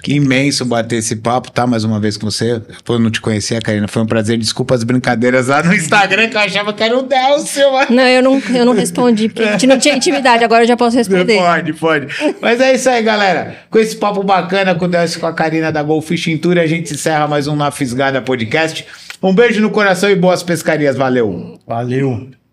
Speaker 1: imenso bater esse papo, tá? Mais uma vez com você. Eu não te conhecia, Karina. Foi um prazer. Desculpa as brincadeiras lá no Instagram, que eu achava que era o Delcio, mano.
Speaker 2: Não, eu não, eu não respondi, porque a gente não tinha intimidade, agora eu já posso responder.
Speaker 1: Pode, pode. Mas é isso aí, galera. Com esse papo bacana com o Delcio e com a Karina da Golfish Tour, a gente encerra mais um Na Fisgada Podcast. Um beijo no coração e boas pescarias. Valeu!
Speaker 3: Valeu!